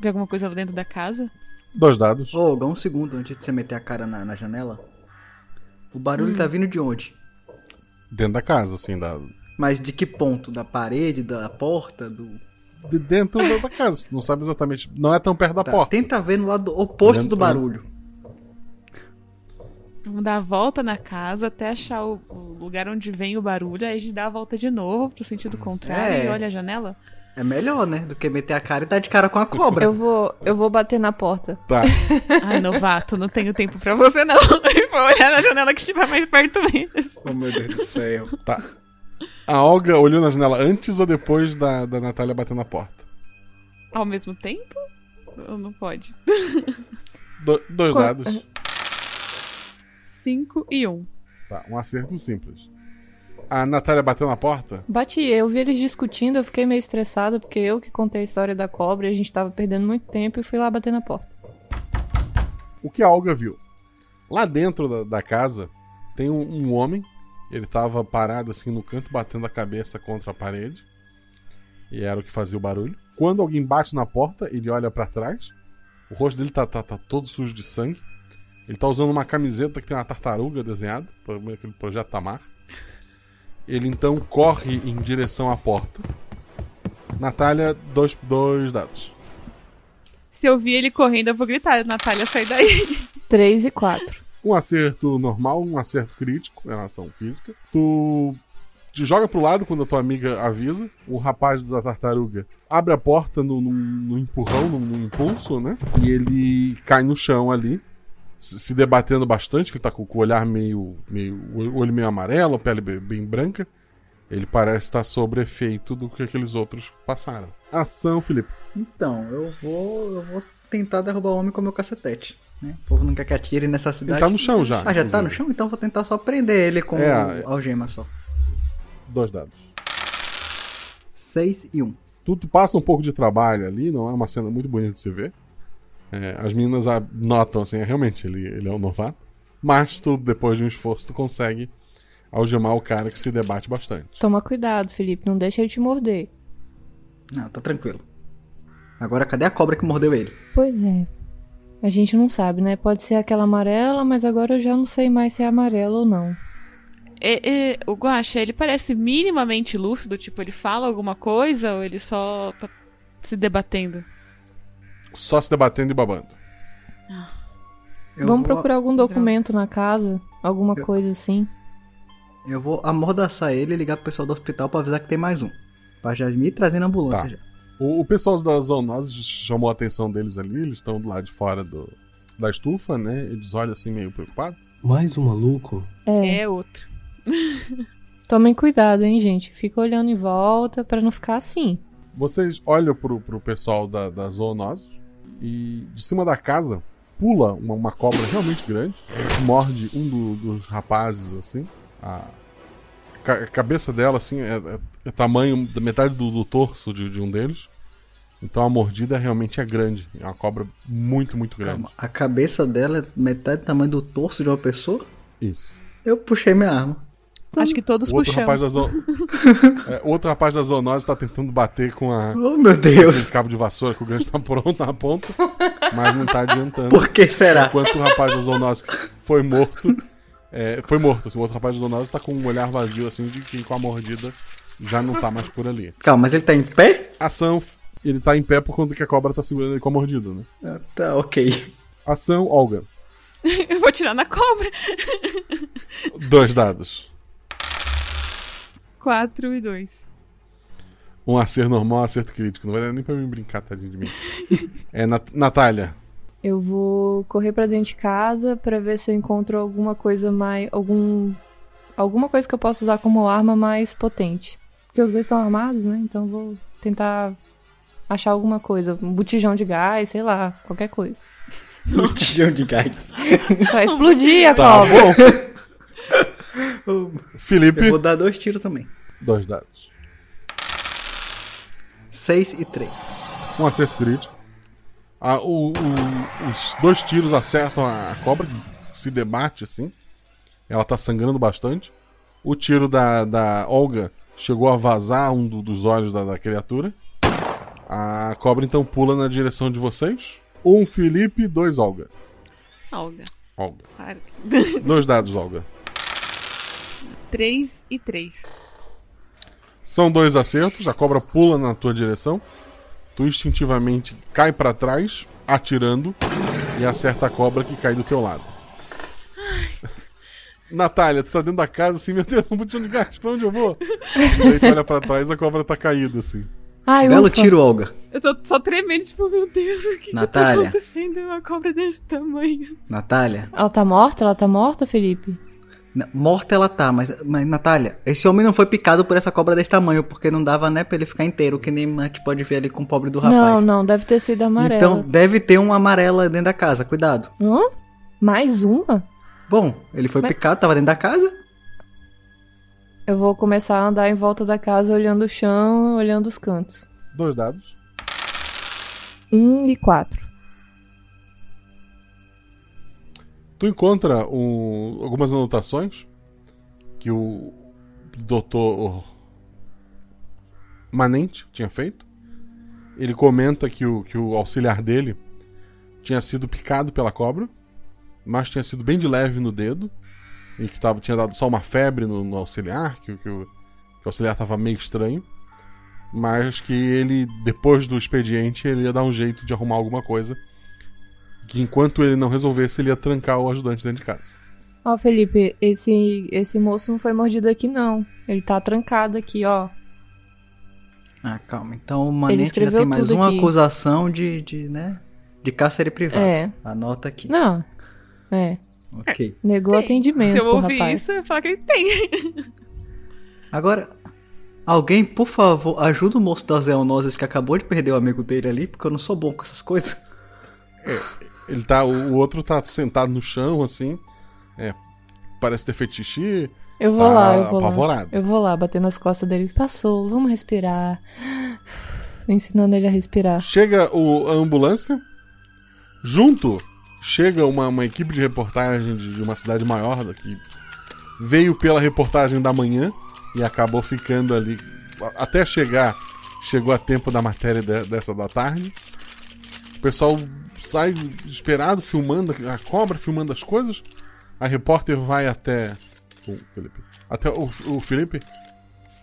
ver alguma coisa lá dentro da casa. Dois dados. Ô, Olga, um segundo antes de você meter a cara na, na janela. O barulho Hum. tá vindo de onde? Dentro da casa, assim, da, Mas de que ponto? Da parede, da porta, do... de dentro da, da casa. Não sabe exatamente. Não é tão perto da Tá, porta. Tenta ver no lado oposto Dentro- do barulho. Vamos dar a volta na casa até achar o, o lugar onde vem o barulho, aí a gente dá a volta de novo pro sentido contrário É. e olha a janela. É melhor, né? Do que meter a cara e dar de cara com a cobra. Eu vou, eu vou bater na porta. Tá. Ai, novato, não tenho tempo pra você não. E vou olhar na janela que estiver mais perto mesmo. Oh, meu Deus do céu. Tá. A Olga olhou na janela antes ou depois da, da Natália batendo na porta? Ao mesmo tempo? Ou não pode? Do- dois Qual- dados. 5 e 1. Um. Tá, um acerto simples. A Natália bateu na porta? Bati, eu vi eles discutindo, eu fiquei meio estressada porque eu que contei a história da cobra e a gente tava perdendo muito tempo e fui lá bater na porta. O que a Olga viu? Lá dentro da, da casa tem um, um homem. Ele tava parado assim no canto, batendo a cabeça contra a parede. E era o que fazia o barulho. Quando alguém bate na porta, ele olha pra trás. O rosto dele tá, tá, tá todo sujo de sangue. Ele tá usando uma camiseta que tem uma tartaruga desenhada, pro- aquele projeto Tamar. Ele então corre em direção à porta. Natália, dois, dois dados. Se eu vi ele correndo, eu vou gritar, Natália, sai daí. 3 e 4. Um acerto normal, um acerto crítico, é uma ação física. Tu te joga pro lado quando a tua amiga avisa. O rapaz da tartaruga abre a porta no, no, no empurrão, no, no impulso, né? E ele cai no chão ali, se se debatendo bastante, que ele tá com o olhar meio. meio o olho meio amarelo, a pele bem, bem branca. Ele parece estar sob efeito do que aqueles outros passaram. Ação, Felipe. Então, eu vou. Eu vou tentar derrubar o homem com o meu cacetete. Né? O povo não quer que atire nessa cidade. tá no chão já, Ah, já tá inclusive. no chão? Então eu vou tentar só prender ele com É, o- algema só. Dois dados. 6 e 1. Um. Tudo passa um pouco de trabalho ali, não é uma cena muito bonita de se ver. É, as meninas a- notam, assim, é, realmente ele, ele é um novato. Mas tu, depois de um esforço, tu consegue algemar o cara que se debate bastante. Toma cuidado, Felipe, não deixa ele te morder. Não, tá tranquilo. Agora cadê a cobra que mordeu ele? Pois é. A gente não sabe, né? Pode ser aquela amarela, mas agora eu já não sei mais se é amarela ou não. É, é, o Guaxa, ele parece minimamente lúcido, tipo, ele fala alguma coisa ou ele só tá se debatendo? Só se debatendo e babando. Vamos procurar algum documento na casa, alguma coisa assim. Eu vou amordaçar ele e ligar pro pessoal do hospital pra avisar que tem mais um. Pra já me trazer na ambulância Tá. já. O, o pessoal da zoonose chamou a atenção deles ali, eles estão do lado de fora do, da estufa, né? Eles olham assim meio preocupados. Mais um maluco? É, outro. Tomem cuidado, hein, gente. Fica olhando em volta pra não ficar assim. Vocês olham pro, pro pessoal da, da zoonose e de cima da casa pula uma, uma cobra realmente grande, morde um do- dos rapazes assim. A, ca- a cabeça dela assim é, é- é tamanho da metade do, do torso de, de um deles. Então a mordida realmente é grande. É uma cobra muito, muito grande. A cabeça dela é metade do tamanho do torso de uma pessoa? Isso. Eu puxei minha arma. Acho que todos O outro rapaz puxamos. da zo- É, outro rapaz da zoonose tá tentando bater com a. Oh, meu Deus. Com o cabo de vassoura, que o gancho tá pronto na ponta, mas não tá adiantando. Por que será? Enquanto o rapaz da zoonose foi morto. é, foi morto, assim, o outro rapaz da zoonose tá com um olhar vazio, assim, de que com a mordida já não tá mais por ali. Calma, mas ele tá em pé? Ação, ele tá em pé por conta que a cobra tá segurando ele com a mordida, né? Ah, tá, ok. Ação, Olga. eu vou tirar na cobra. Dois dados. Quatro e dois. Um acerto normal, um acerto crítico. Não vai dar nem pra mim brincar, tadinho de mim. É, Nat Natália. Eu vou correr pra dentro de casa pra ver se eu encontro alguma coisa mais. algum. alguma coisa que eu possa usar como arma mais potente. Porque os dois estão armados, né? Então eu vou tentar achar alguma coisa. Um botijão de gás, sei lá, qualquer coisa. Botijão Um de gás. Vai explodir a Tá cobra. Felipe. Oh, Eu vou dar dois tiros também. Dois dados. 6 e 3. Um acerto crítico. Ah, o- o- os dois tiros acertam a cobra, que se debate assim. Ela tá sangrando bastante. O tiro da, da Olga chegou a vazar um do- dos olhos da, da criatura. A cobra então pula na direção de vocês. Um Felipe, dois Olga. Olga. Olga. Para. Dois dados, Olga. Três e três. São dois acertos, a cobra pula na tua direção. Tu instintivamente cai pra trás, atirando, e acerta a cobra que cai do teu lado. Natália, tu tá dentro da casa assim, meu Deus, um botijão de gás, pra onde eu vou? E aí tu olha pra trás, a cobra tá caída assim. Ai, Belo ufa. tiro, Olga. Eu tô só tremendo, tipo, meu Deus, o que, que tá Natália. acontecendo? Uma cobra desse tamanho. Natália. Ela tá morta? Ela tá morta, Felipe? Na- Morta ela tá, mas, mas Natália, esse homem não foi picado por essa cobra desse tamanho, porque não dava, né, pra ele ficar inteiro, que nem a gente pode ver ali com o pobre do Não, rapaz. não, deve ter sido amarela. Então deve ter uma amarela dentro da casa, cuidado. Hã? Mais uma? Bom, ele foi Mas- picado, tava dentro da casa? Eu vou começar a andar em volta da casa olhando o chão, olhando os cantos. Dois dados. Um e quatro. Tu encontra um- algumas anotações que o doutor Manente tinha feito. Ele comenta que o, que o auxiliar dele tinha sido picado pela cobra, mas tinha sido bem de leve no dedo, e que tava, tinha dado só uma febre no, no auxiliar, que, o- que, o, que o auxiliar estava meio estranho, mas que ele, depois do expediente, ele ia dar um jeito de arrumar alguma coisa que enquanto ele não resolvesse, ele ia trancar o ajudante dentro de casa. Ó, Felipe, esse, esse moço não foi mordido aqui, não. Ele tá trancado aqui, ó. Ah, calma. Então o Manente já tem escreveu mais tudo uma aqui. acusação de, de, né? De cárcere privado. É. Anota aqui. Não. É. Ok. Negou atendimento, Se eu ouvir rapaz. isso, eu falo que ele tem. Agora, alguém, por favor, ajuda o moço das Eonoses que acabou de perder o amigo dele ali, porque eu não sou bom com essas coisas. Ele tá, o o outro tá sentado no chão, assim. É, parece ter feito xixi. Eu vou tá lá, eu vou apavorado. lá. Eu vou lá, bater nas costas dele. Passou, vamos respirar. Ensinando ele a respirar. Chega o, a ambulância. Junto chega uma, uma equipe de reportagem de, de uma cidade maior daqui. Veio pela reportagem da manhã e acabou ficando ali. a- Até chegar, chegou a tempo da matéria de- dessa da tarde. O pessoal sai desesperado, filmando a cobra, filmando as coisas. A repórter vai até o Felipe. Até o, o Felipe.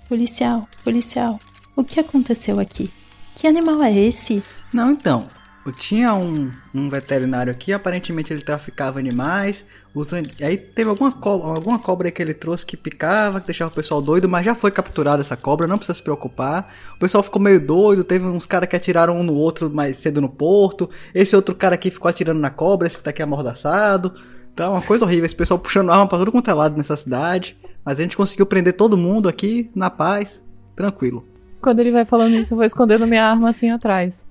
Policial, policial, o que aconteceu aqui? Que animal é esse? Não, então. Eu tinha um, um veterinário aqui, aparentemente ele traficava animais. Usando... Aí teve alguma cobra, alguma cobra que ele trouxe que picava, que deixava o pessoal doido, mas já foi capturada essa cobra, não precisa se preocupar. O pessoal ficou meio doido, teve uns caras que atiraram um no outro mais cedo no porto. Esse outro cara aqui ficou atirando na cobra, esse que tá aqui amordaçado. Tá uma coisa horrível, esse pessoal puxando arma pra todo quanto é lado nessa cidade. Mas a gente conseguiu prender todo mundo aqui, na paz, tranquilo. Quando ele vai falando isso, eu vou escondendo minha arma assim atrás.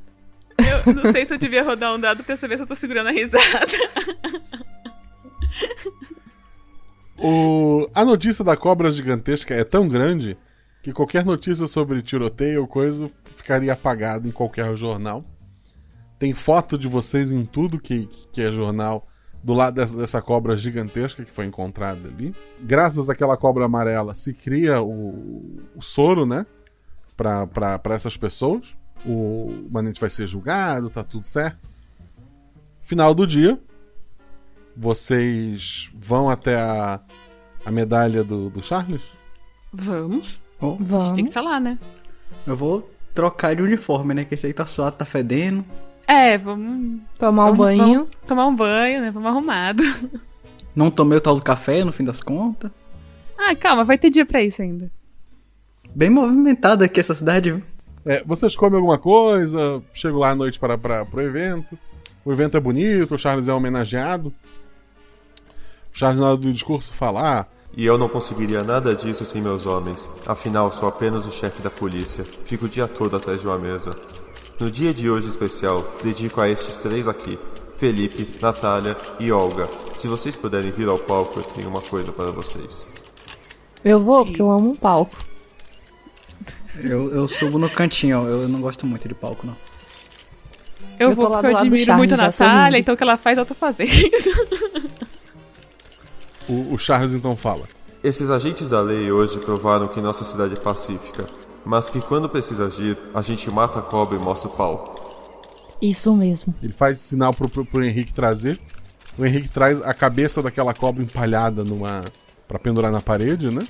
Eu não sei se eu devia rodar um dado pra saber se eu tô segurando a risada. O- a notícia da cobra gigantesca é tão grande que qualquer notícia sobre tiroteio ou coisa ficaria apagada em qualquer jornal. Tem foto de vocês em tudo que, que é jornal do lado dessa, dessa cobra gigantesca que foi encontrada ali. Graças àquela cobra amarela se cria o, o soro, né? Pra, pra, pra essas pessoas. O Manente vai ser julgado, tá tudo certo. Final do dia, vocês vão até a, a medalha do, do Charles? Vamos. Bom, A gente tem que estar lá, né? Eu vou trocar de uniforme, né? Que esse aí tá suado, tá fedendo. É, vamos. Tomar um vamos- banho. vamos tomar um banho, né? Vamos arrumado. Não tomei o tal do café, no fim das contas. Ah, calma, vai ter dia pra isso ainda. Bem movimentada aqui essa cidade. viu? É, vocês comem alguma coisa, chegam lá à noite para, para, para o evento. O evento é bonito, o Charles é homenageado. O Charles, na hora do discurso, "Ah, falar. E eu não conseguiria nada disso sem meus homens. Afinal, sou apenas o chefe da polícia. Fico o dia todo atrás de uma mesa. No dia de hoje especial, dedico a estes três aqui: Felipe, Natália e Olga. Se vocês puderem vir ao palco, eu tenho uma coisa para vocês. Eu vou, porque eu amo um palco. Eu, eu subo no cantinho, eu não gosto muito de palco, não. Eu, Eu tô vou lá porque do eu lado do admiro Charles, muito a já Natália, sorrindo. então o que ela faz, eu tô fazendo. O, o Charles então fala. Esses agentes da lei hoje provaram que nossa cidade é pacífica, mas que quando precisa agir, a gente mata a cobra e mostra o pau. Isso mesmo. Ele faz sinal pro, pro, pro Henrique trazer. O Henrique traz a cabeça daquela cobra empalhada numa. para pendurar na parede, né?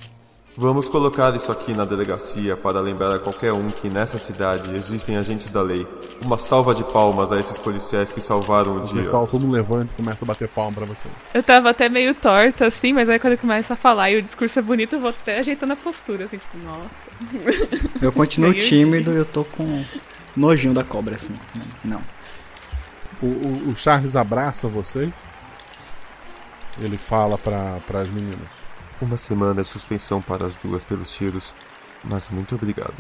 Vamos colocar isso aqui na delegacia para lembrar a qualquer um que nessa cidade existem agentes da lei. Uma salva de palmas a esses policiais que salvaram o O dia. pessoal todo levanta e começa a bater palma pra você. Eu tava até meio torta, assim, mas aí quando eu começo a falar e o discurso é bonito, eu vou até ajeitando a postura, assim, tipo, nossa. Eu continuo Ganhei o tímido e eu tô com nojinho da cobra, assim. Não. O, o- o Charles abraça você. Ele fala para as meninas. Uma semana de suspensão para as duas pelos tiros, mas muito obrigado.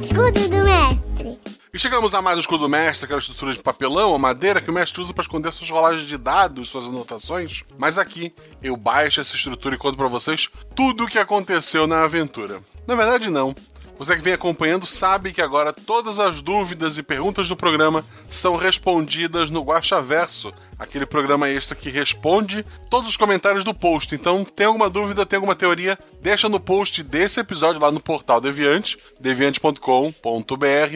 Escudo do mestre. E chegamos a mais um escudo do mestre, aquela estrutura de papelão ou madeira que o mestre usa para esconder suas rolagens de dados, suas anotações. Mas aqui eu baixo essa estrutura e conto para vocês tudo o que aconteceu na aventura. Na verdade, não. Você que vem acompanhando sabe que agora todas as dúvidas e perguntas do programa são respondidas no Guaxaverso, aquele programa extra que responde todos os comentários do post. Então, tem alguma dúvida, tem alguma teoria, deixa no post desse episódio lá no portal Deviante, deviante.com.br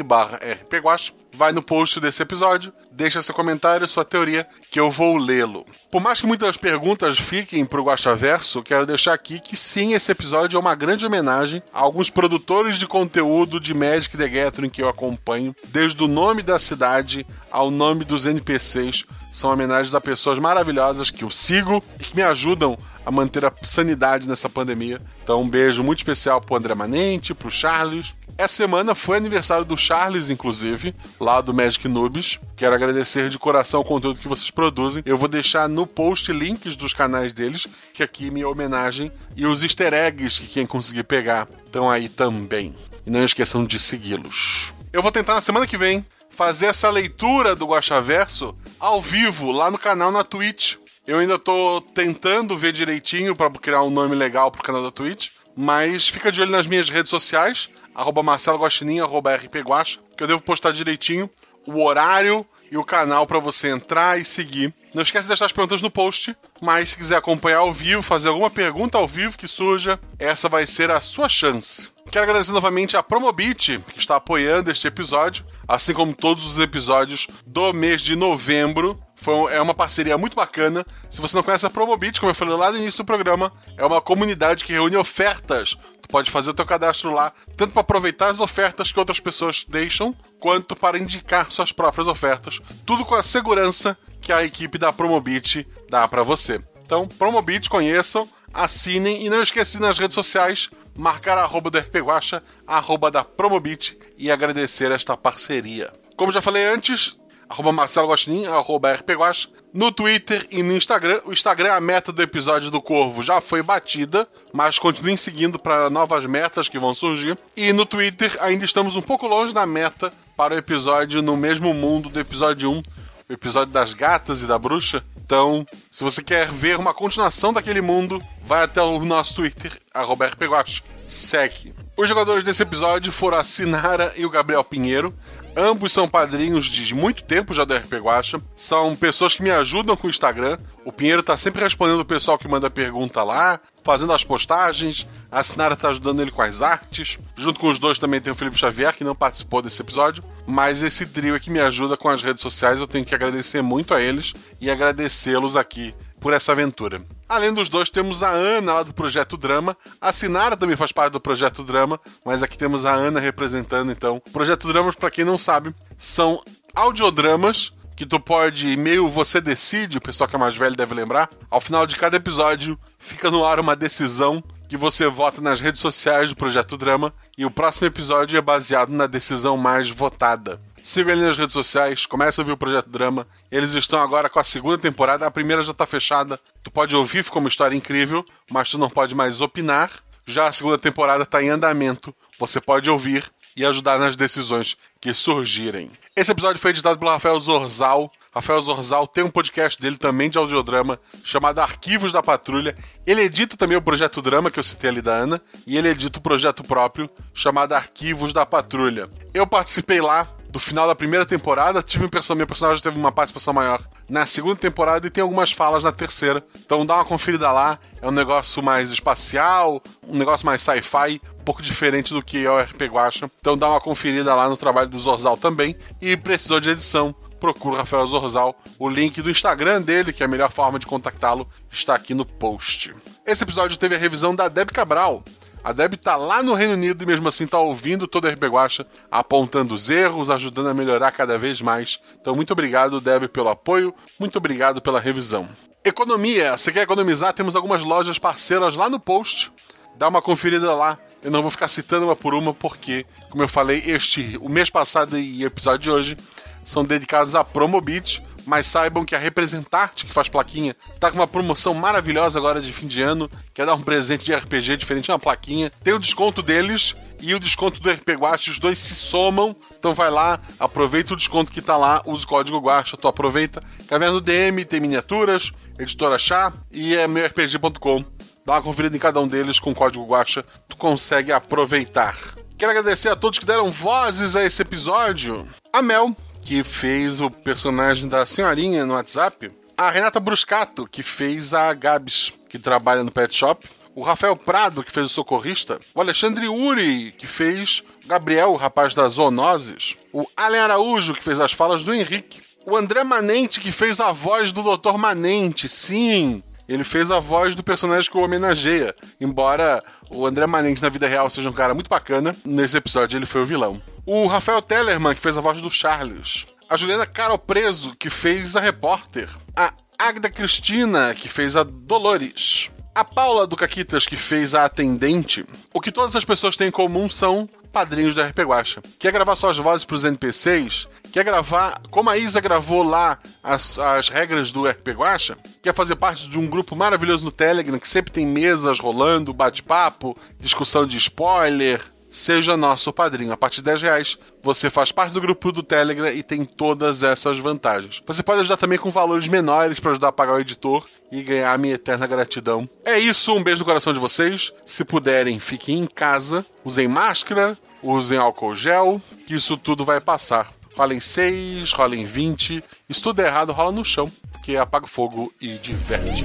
barra rpguache. Vai no post desse episódio, deixa seu comentário, sua teoria, que eu vou lê-lo. Por mais que muitas perguntas fiquem pro Guaxaverso, quero deixar aqui que sim, esse episódio é uma grande homenagem a alguns produtores de conteúdo de Magic the Gathering que eu acompanho, desde o nome da cidade ao nome dos NPCs, são homenagens a pessoas maravilhosas que eu sigo e que me ajudam a manter a sanidade nessa pandemia. Então, um beijo muito especial pro André Manente, pro Charles. Essa semana foi aniversário do Charles, inclusive, lá do Magic Noobs. Quero agradecer de coração o conteúdo que vocês produzem. Eu vou deixar no post links dos canais deles, que aqui é minha homenagem, e os easter eggs que quem conseguir pegar estão aí também. E não esqueçam de segui-los. Eu vou tentar na semana que vem fazer essa leitura do Guaxaverso ao vivo lá no canal na Twitch. Eu ainda tô tentando ver direitinho para criar um nome legal pro canal da Twitch, mas fica de olho nas minhas redes sociais, arroba Marcelo Guaxinim, arroba rpguacha, que eu devo postar direitinho o horário e o canal para você entrar e seguir. Não esquece de deixar as perguntas no post, mas se quiser acompanhar ao vivo, fazer alguma pergunta ao vivo que surja, essa vai ser a sua chance. Quero agradecer novamente a Promobit, que está apoiando este episódio, assim como todos os episódios do mês de novembro. Foi, é uma parceria muito bacana. Se você não conhece a Promobit, como eu falei lá no início do programa, é uma comunidade que reúne ofertas. Tu pode fazer o teu cadastro lá, tanto para aproveitar as ofertas que outras pessoas deixam, quanto para indicar suas próprias ofertas. Tudo com a segurança que a equipe da Promobit dá para você. Então, Promobit, conheçam, assinem e não esqueçam nas redes sociais marcar a arroba do RP Guacha, a arroba da Promobit e agradecer esta parceria. Como já falei antes, arroba Marcelo Guaxinim, arroba RP Guacha, no Twitter e no Instagram. O Instagram, é a meta do episódio do Corvo já foi batida, mas continuem seguindo para novas metas que vão surgir. E no Twitter ainda estamos um pouco longe da meta para o episódio no mesmo mundo do episódio 1, o episódio das gatas e da bruxa. Então, se você quer ver uma continuação daquele mundo, vai até o nosso Twitter, arroba rpguache. Segue. Os jogadores desse episódio foram a Sinara e o Gabriel Pinheiro. Ambos são padrinhos de muito tempo já do RP Guacha. São pessoas que me ajudam com o Instagram. O Pinheiro tá sempre respondendo o pessoal que manda pergunta lá, fazendo as postagens. A Sinara tá ajudando ele com as artes. Junto com os dois também tem o Felipe Xavier, que não participou desse episódio. Mas esse trio é que me ajuda com as redes sociais. Eu tenho que agradecer muito a eles e agradecê-los aqui por essa aventura. Além dos dois, temos a Ana lá do Projeto Drama. A Sinara também faz parte do Projeto Drama, mas aqui temos a Ana representando, então. Projeto Dramas, para quem não sabe, são audiodramas que tu pode, meio você decide, o pessoal que é mais velho deve lembrar. Ao final de cada episódio, fica no ar uma decisão que você vota nas redes sociais do Projeto Drama e o próximo episódio é baseado na decisão mais votada. Siga ele nas redes sociais, começa a ouvir o Projeto Drama. Eles estão agora com a segunda temporada, a primeira já está fechada. Tu pode ouvir, ficou uma história incrível, mas tu não pode mais opinar. Já a segunda temporada está em andamento, você pode ouvir e ajudar nas decisões que surgirem. Esse episódio foi editado pelo Rafael Zorzal. Rafael Zorzal tem um podcast dele também de audiodrama chamado Arquivos da Patrulha. Ele edita também o projeto Drama que eu citei ali da Ana e ele edita o projeto próprio chamado Arquivos da Patrulha. Eu participei lá do final da primeira temporada, tive um personagem, meu personagem teve uma participação maior na segunda temporada e tem algumas falas na terceira. Então dá uma conferida lá, é um negócio mais espacial, um negócio mais sci-fi, um pouco diferente do que é o RP Guacha. Então dá uma conferida lá no trabalho do Zorzal também e precisou de edição. Procura o Rafael Zorzal. O link do Instagram dele, que é a melhor forma de contactá-lo, está aqui no post. Esse episódio teve a revisão da Deb Cabral, a Deb está lá no Reino Unido e mesmo assim está ouvindo todo o RP Guacha, apontando os erros, ajudando a melhorar cada vez mais. Então, muito obrigado, Deb, pelo apoio, muito obrigado pela revisão. Economia, se quer economizar, temos algumas lojas parceiras lá no post. Dá uma conferida lá. Eu não vou ficar citando uma por uma, porque, como eu falei, este, o mês passado e episódio de hoje são dedicados a Promobit, mas saibam que a Representarte, que faz plaquinha, tá com uma promoção maravilhosa agora de fim de ano. Quer dar um presente de RPG diferente, uma plaquinha. Tem o desconto deles e o desconto do RP Guacha, os dois se somam. Então vai lá, aproveita o desconto que tá lá, usa o código Guacha, tu aproveita. Caverna do DM, tem miniaturas, editora chá e é meuRPG.com. Dá uma conferida em cada um deles com o código Guacha, tu consegue aproveitar. Quero agradecer a todos que deram vozes a esse episódio. A Mel, que fez o personagem da senhorinha no WhatsApp. A Renata Bruscato, que fez a Gabs, que trabalha no Pet Shop. O Rafael Prado, que fez o Socorrista. O Alexandre Uri, que fez o Gabriel, o rapaz das zoonoses. O Allen Araújo, que fez as falas do Henrique. O André Manente, que fez a voz do Dr. Manente. Sim, ele fez a voz do personagem que o homenageia. Embora o André Manente na vida real seja um cara muito bacana, nesse episódio ele foi o vilão. O Rafael Tellerman, que fez a voz do Charles. A Juliana Caro Preso, que fez a repórter. A Agda Cristina, que fez a Dolores. A Paula do Caquitas, que fez a atendente. O que todas as pessoas têm em comum são padrinhos da RP Guacha. Quer gravar suas vozes para os NPCs? Quer gravar, como a Isa gravou lá as, as regras do RP Guacha? Quer fazer parte de um grupo maravilhoso no Telegram que sempre tem mesas rolando, bate-papo, discussão de spoiler? Seja nosso padrinho. A partir de 10 reais, você faz parte do grupo do Telegram e tem todas essas vantagens. Você pode ajudar também com valores menores para ajudar a pagar o editor e ganhar a minha eterna gratidão. É isso, um beijo no coração de vocês. Se puderem, fiquem em casa, usem máscara, usem álcool gel, que isso tudo vai passar. Falem 6, rolem 20. Isso tudo é errado, rola no chão, que apaga o fogo e diverte.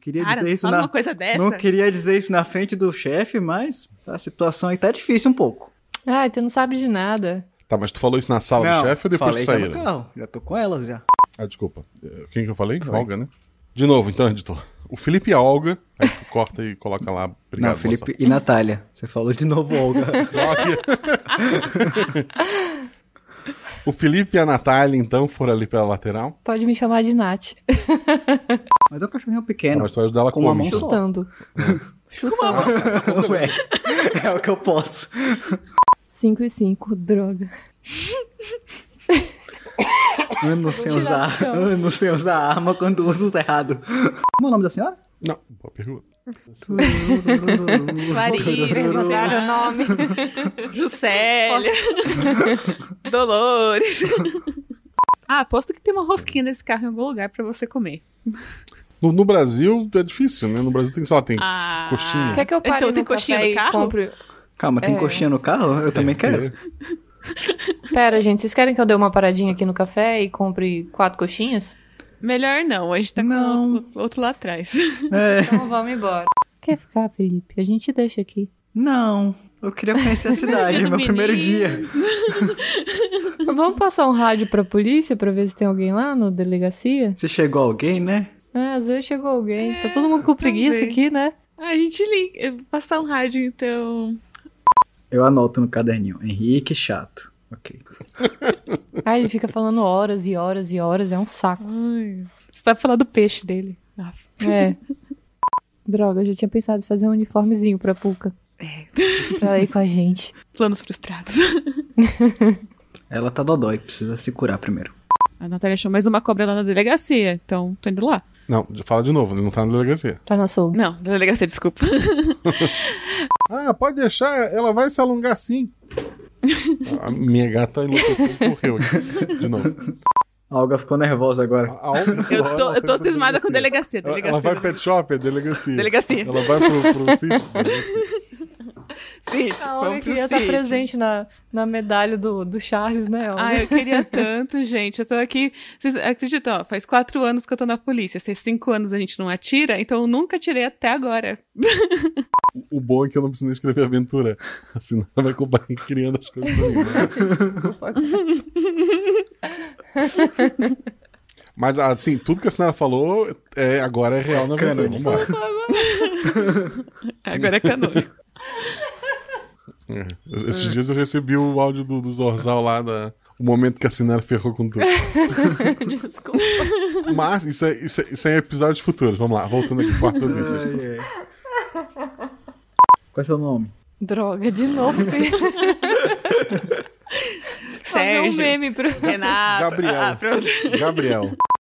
queria Cara, dizer isso fala na... uma coisa dessa. Não queria dizer isso na frente do chefe, mas a situação aí tá difícil um pouco. Ah, tu não sabe de nada. Tá, mas tu falou isso na sala Não, do chefe ou depois falei que que saíram? era no carro, Já tô com elas já. Ah, desculpa. Eh, Quem que eu falei? Olga, né? De novo, então, editor. O Felipe e a Olga. Aí tu corta e coloca lá. Obrigado, não, Felipe moça. e Natália. Você falou de novo, Olga. O Felipe e a Natália, então, foram ali pela lateral. Pode me chamar de Nath. Mas é um cachorrinho Ah, pequeno. mas tu vai ajudar ela com Com uma mão só. Chutando. Chutando. Ué, é o que eu posso. 5 e 5, droga. Anos sem Vou usar. tirar do chão. Anos sem usar a arma quando uso tá errado. Como é o nome da senhora? Não, boa pergunta. Clarice, o nome. Juscelia, Dolores. Ah, aposto que tem uma rosquinha nesse carro em algum lugar pra você comer. No, no Brasil é difícil, né? No Brasil tem, sei lá, tem Ah. coxinha. Tá. Quer que eu pare Então, no tem café coxinha no e carro? compre- Calma, tem É. coxinha no carro? Eu também quero. Pera, gente, vocês querem que eu dê uma paradinha aqui no café e compre quatro coxinhas? Melhor não, a gente tá com o outro lá atrás. É. Então vamos embora. Quer ficar, Felipe? A gente deixa aqui. Não, eu queria conhecer a cidade, dia do meu primeiro menino. dia. Vamos passar um rádio pra polícia pra ver se tem alguém lá na delegacia? Se chegou alguém, né? Ah, às vezes chegou alguém. tá todo mundo com preguiça É, também. aqui, né? A gente liga. eu vou Passar um rádio, então. Eu anoto no caderninho. Henrique chato. Ok. Ah, ele fica falando horas e horas e horas, é um saco. Ai, você sabe falar do peixe dele. Ah. É. Droga, eu já tinha pensado em fazer um uniformezinho pra Puca. É. Pra ir com a gente. Planos frustrados. Ela tá dodói, precisa se curar primeiro. A Natália achou mais uma cobra lá na delegacia, então tô indo lá. Não, fala de novo, ele não tá na delegacia. Tá no açougue. Não, na delegacia, desculpa. Ah, pode deixar, ela vai se alongar sim. A minha gata enlouqueceu e correu aqui. De novo. A Olga ficou nervosa agora. A Olga Eu tô, eu tô cismada com delegacia. Ela, delegacia. ela vai pet shop, é delegacia. Delegacia. Ela vai pro, pro sítio, delegacia. Sítio, tipo, A vamos Olga pro queria estar sítio. presente na, na medalha do, do Charles, né, Olga? Ah, eu queria tanto, gente. Eu tô aqui. Vocês acreditam? ó, faz quatro anos que eu tô na polícia. Faz cinco anos a gente não atira, então eu nunca atirei até agora. O bom é que eu não preciso nem escrever aventura. Assim, ela vai acabar criando as coisas pra mim. né? Desculpa. Mas, assim, tudo que a senhora falou é, agora é real na aventura. Canônico. Vambora. agora é canônico. É. Esses dias eu recebi o áudio do, do Zorzal lá, da, o momento que a Sinara ferrou com tudo. Desculpa. Mas isso é, isso é, isso é em episódios futuros. Vamos lá, voltando aqui, quarta e sexta. Ai, ai. Qual é seu nome? Droga, de novo. Fazer um Sérgio. meme pro... Renato. Gabriel. Ah, pronto. Gabriel.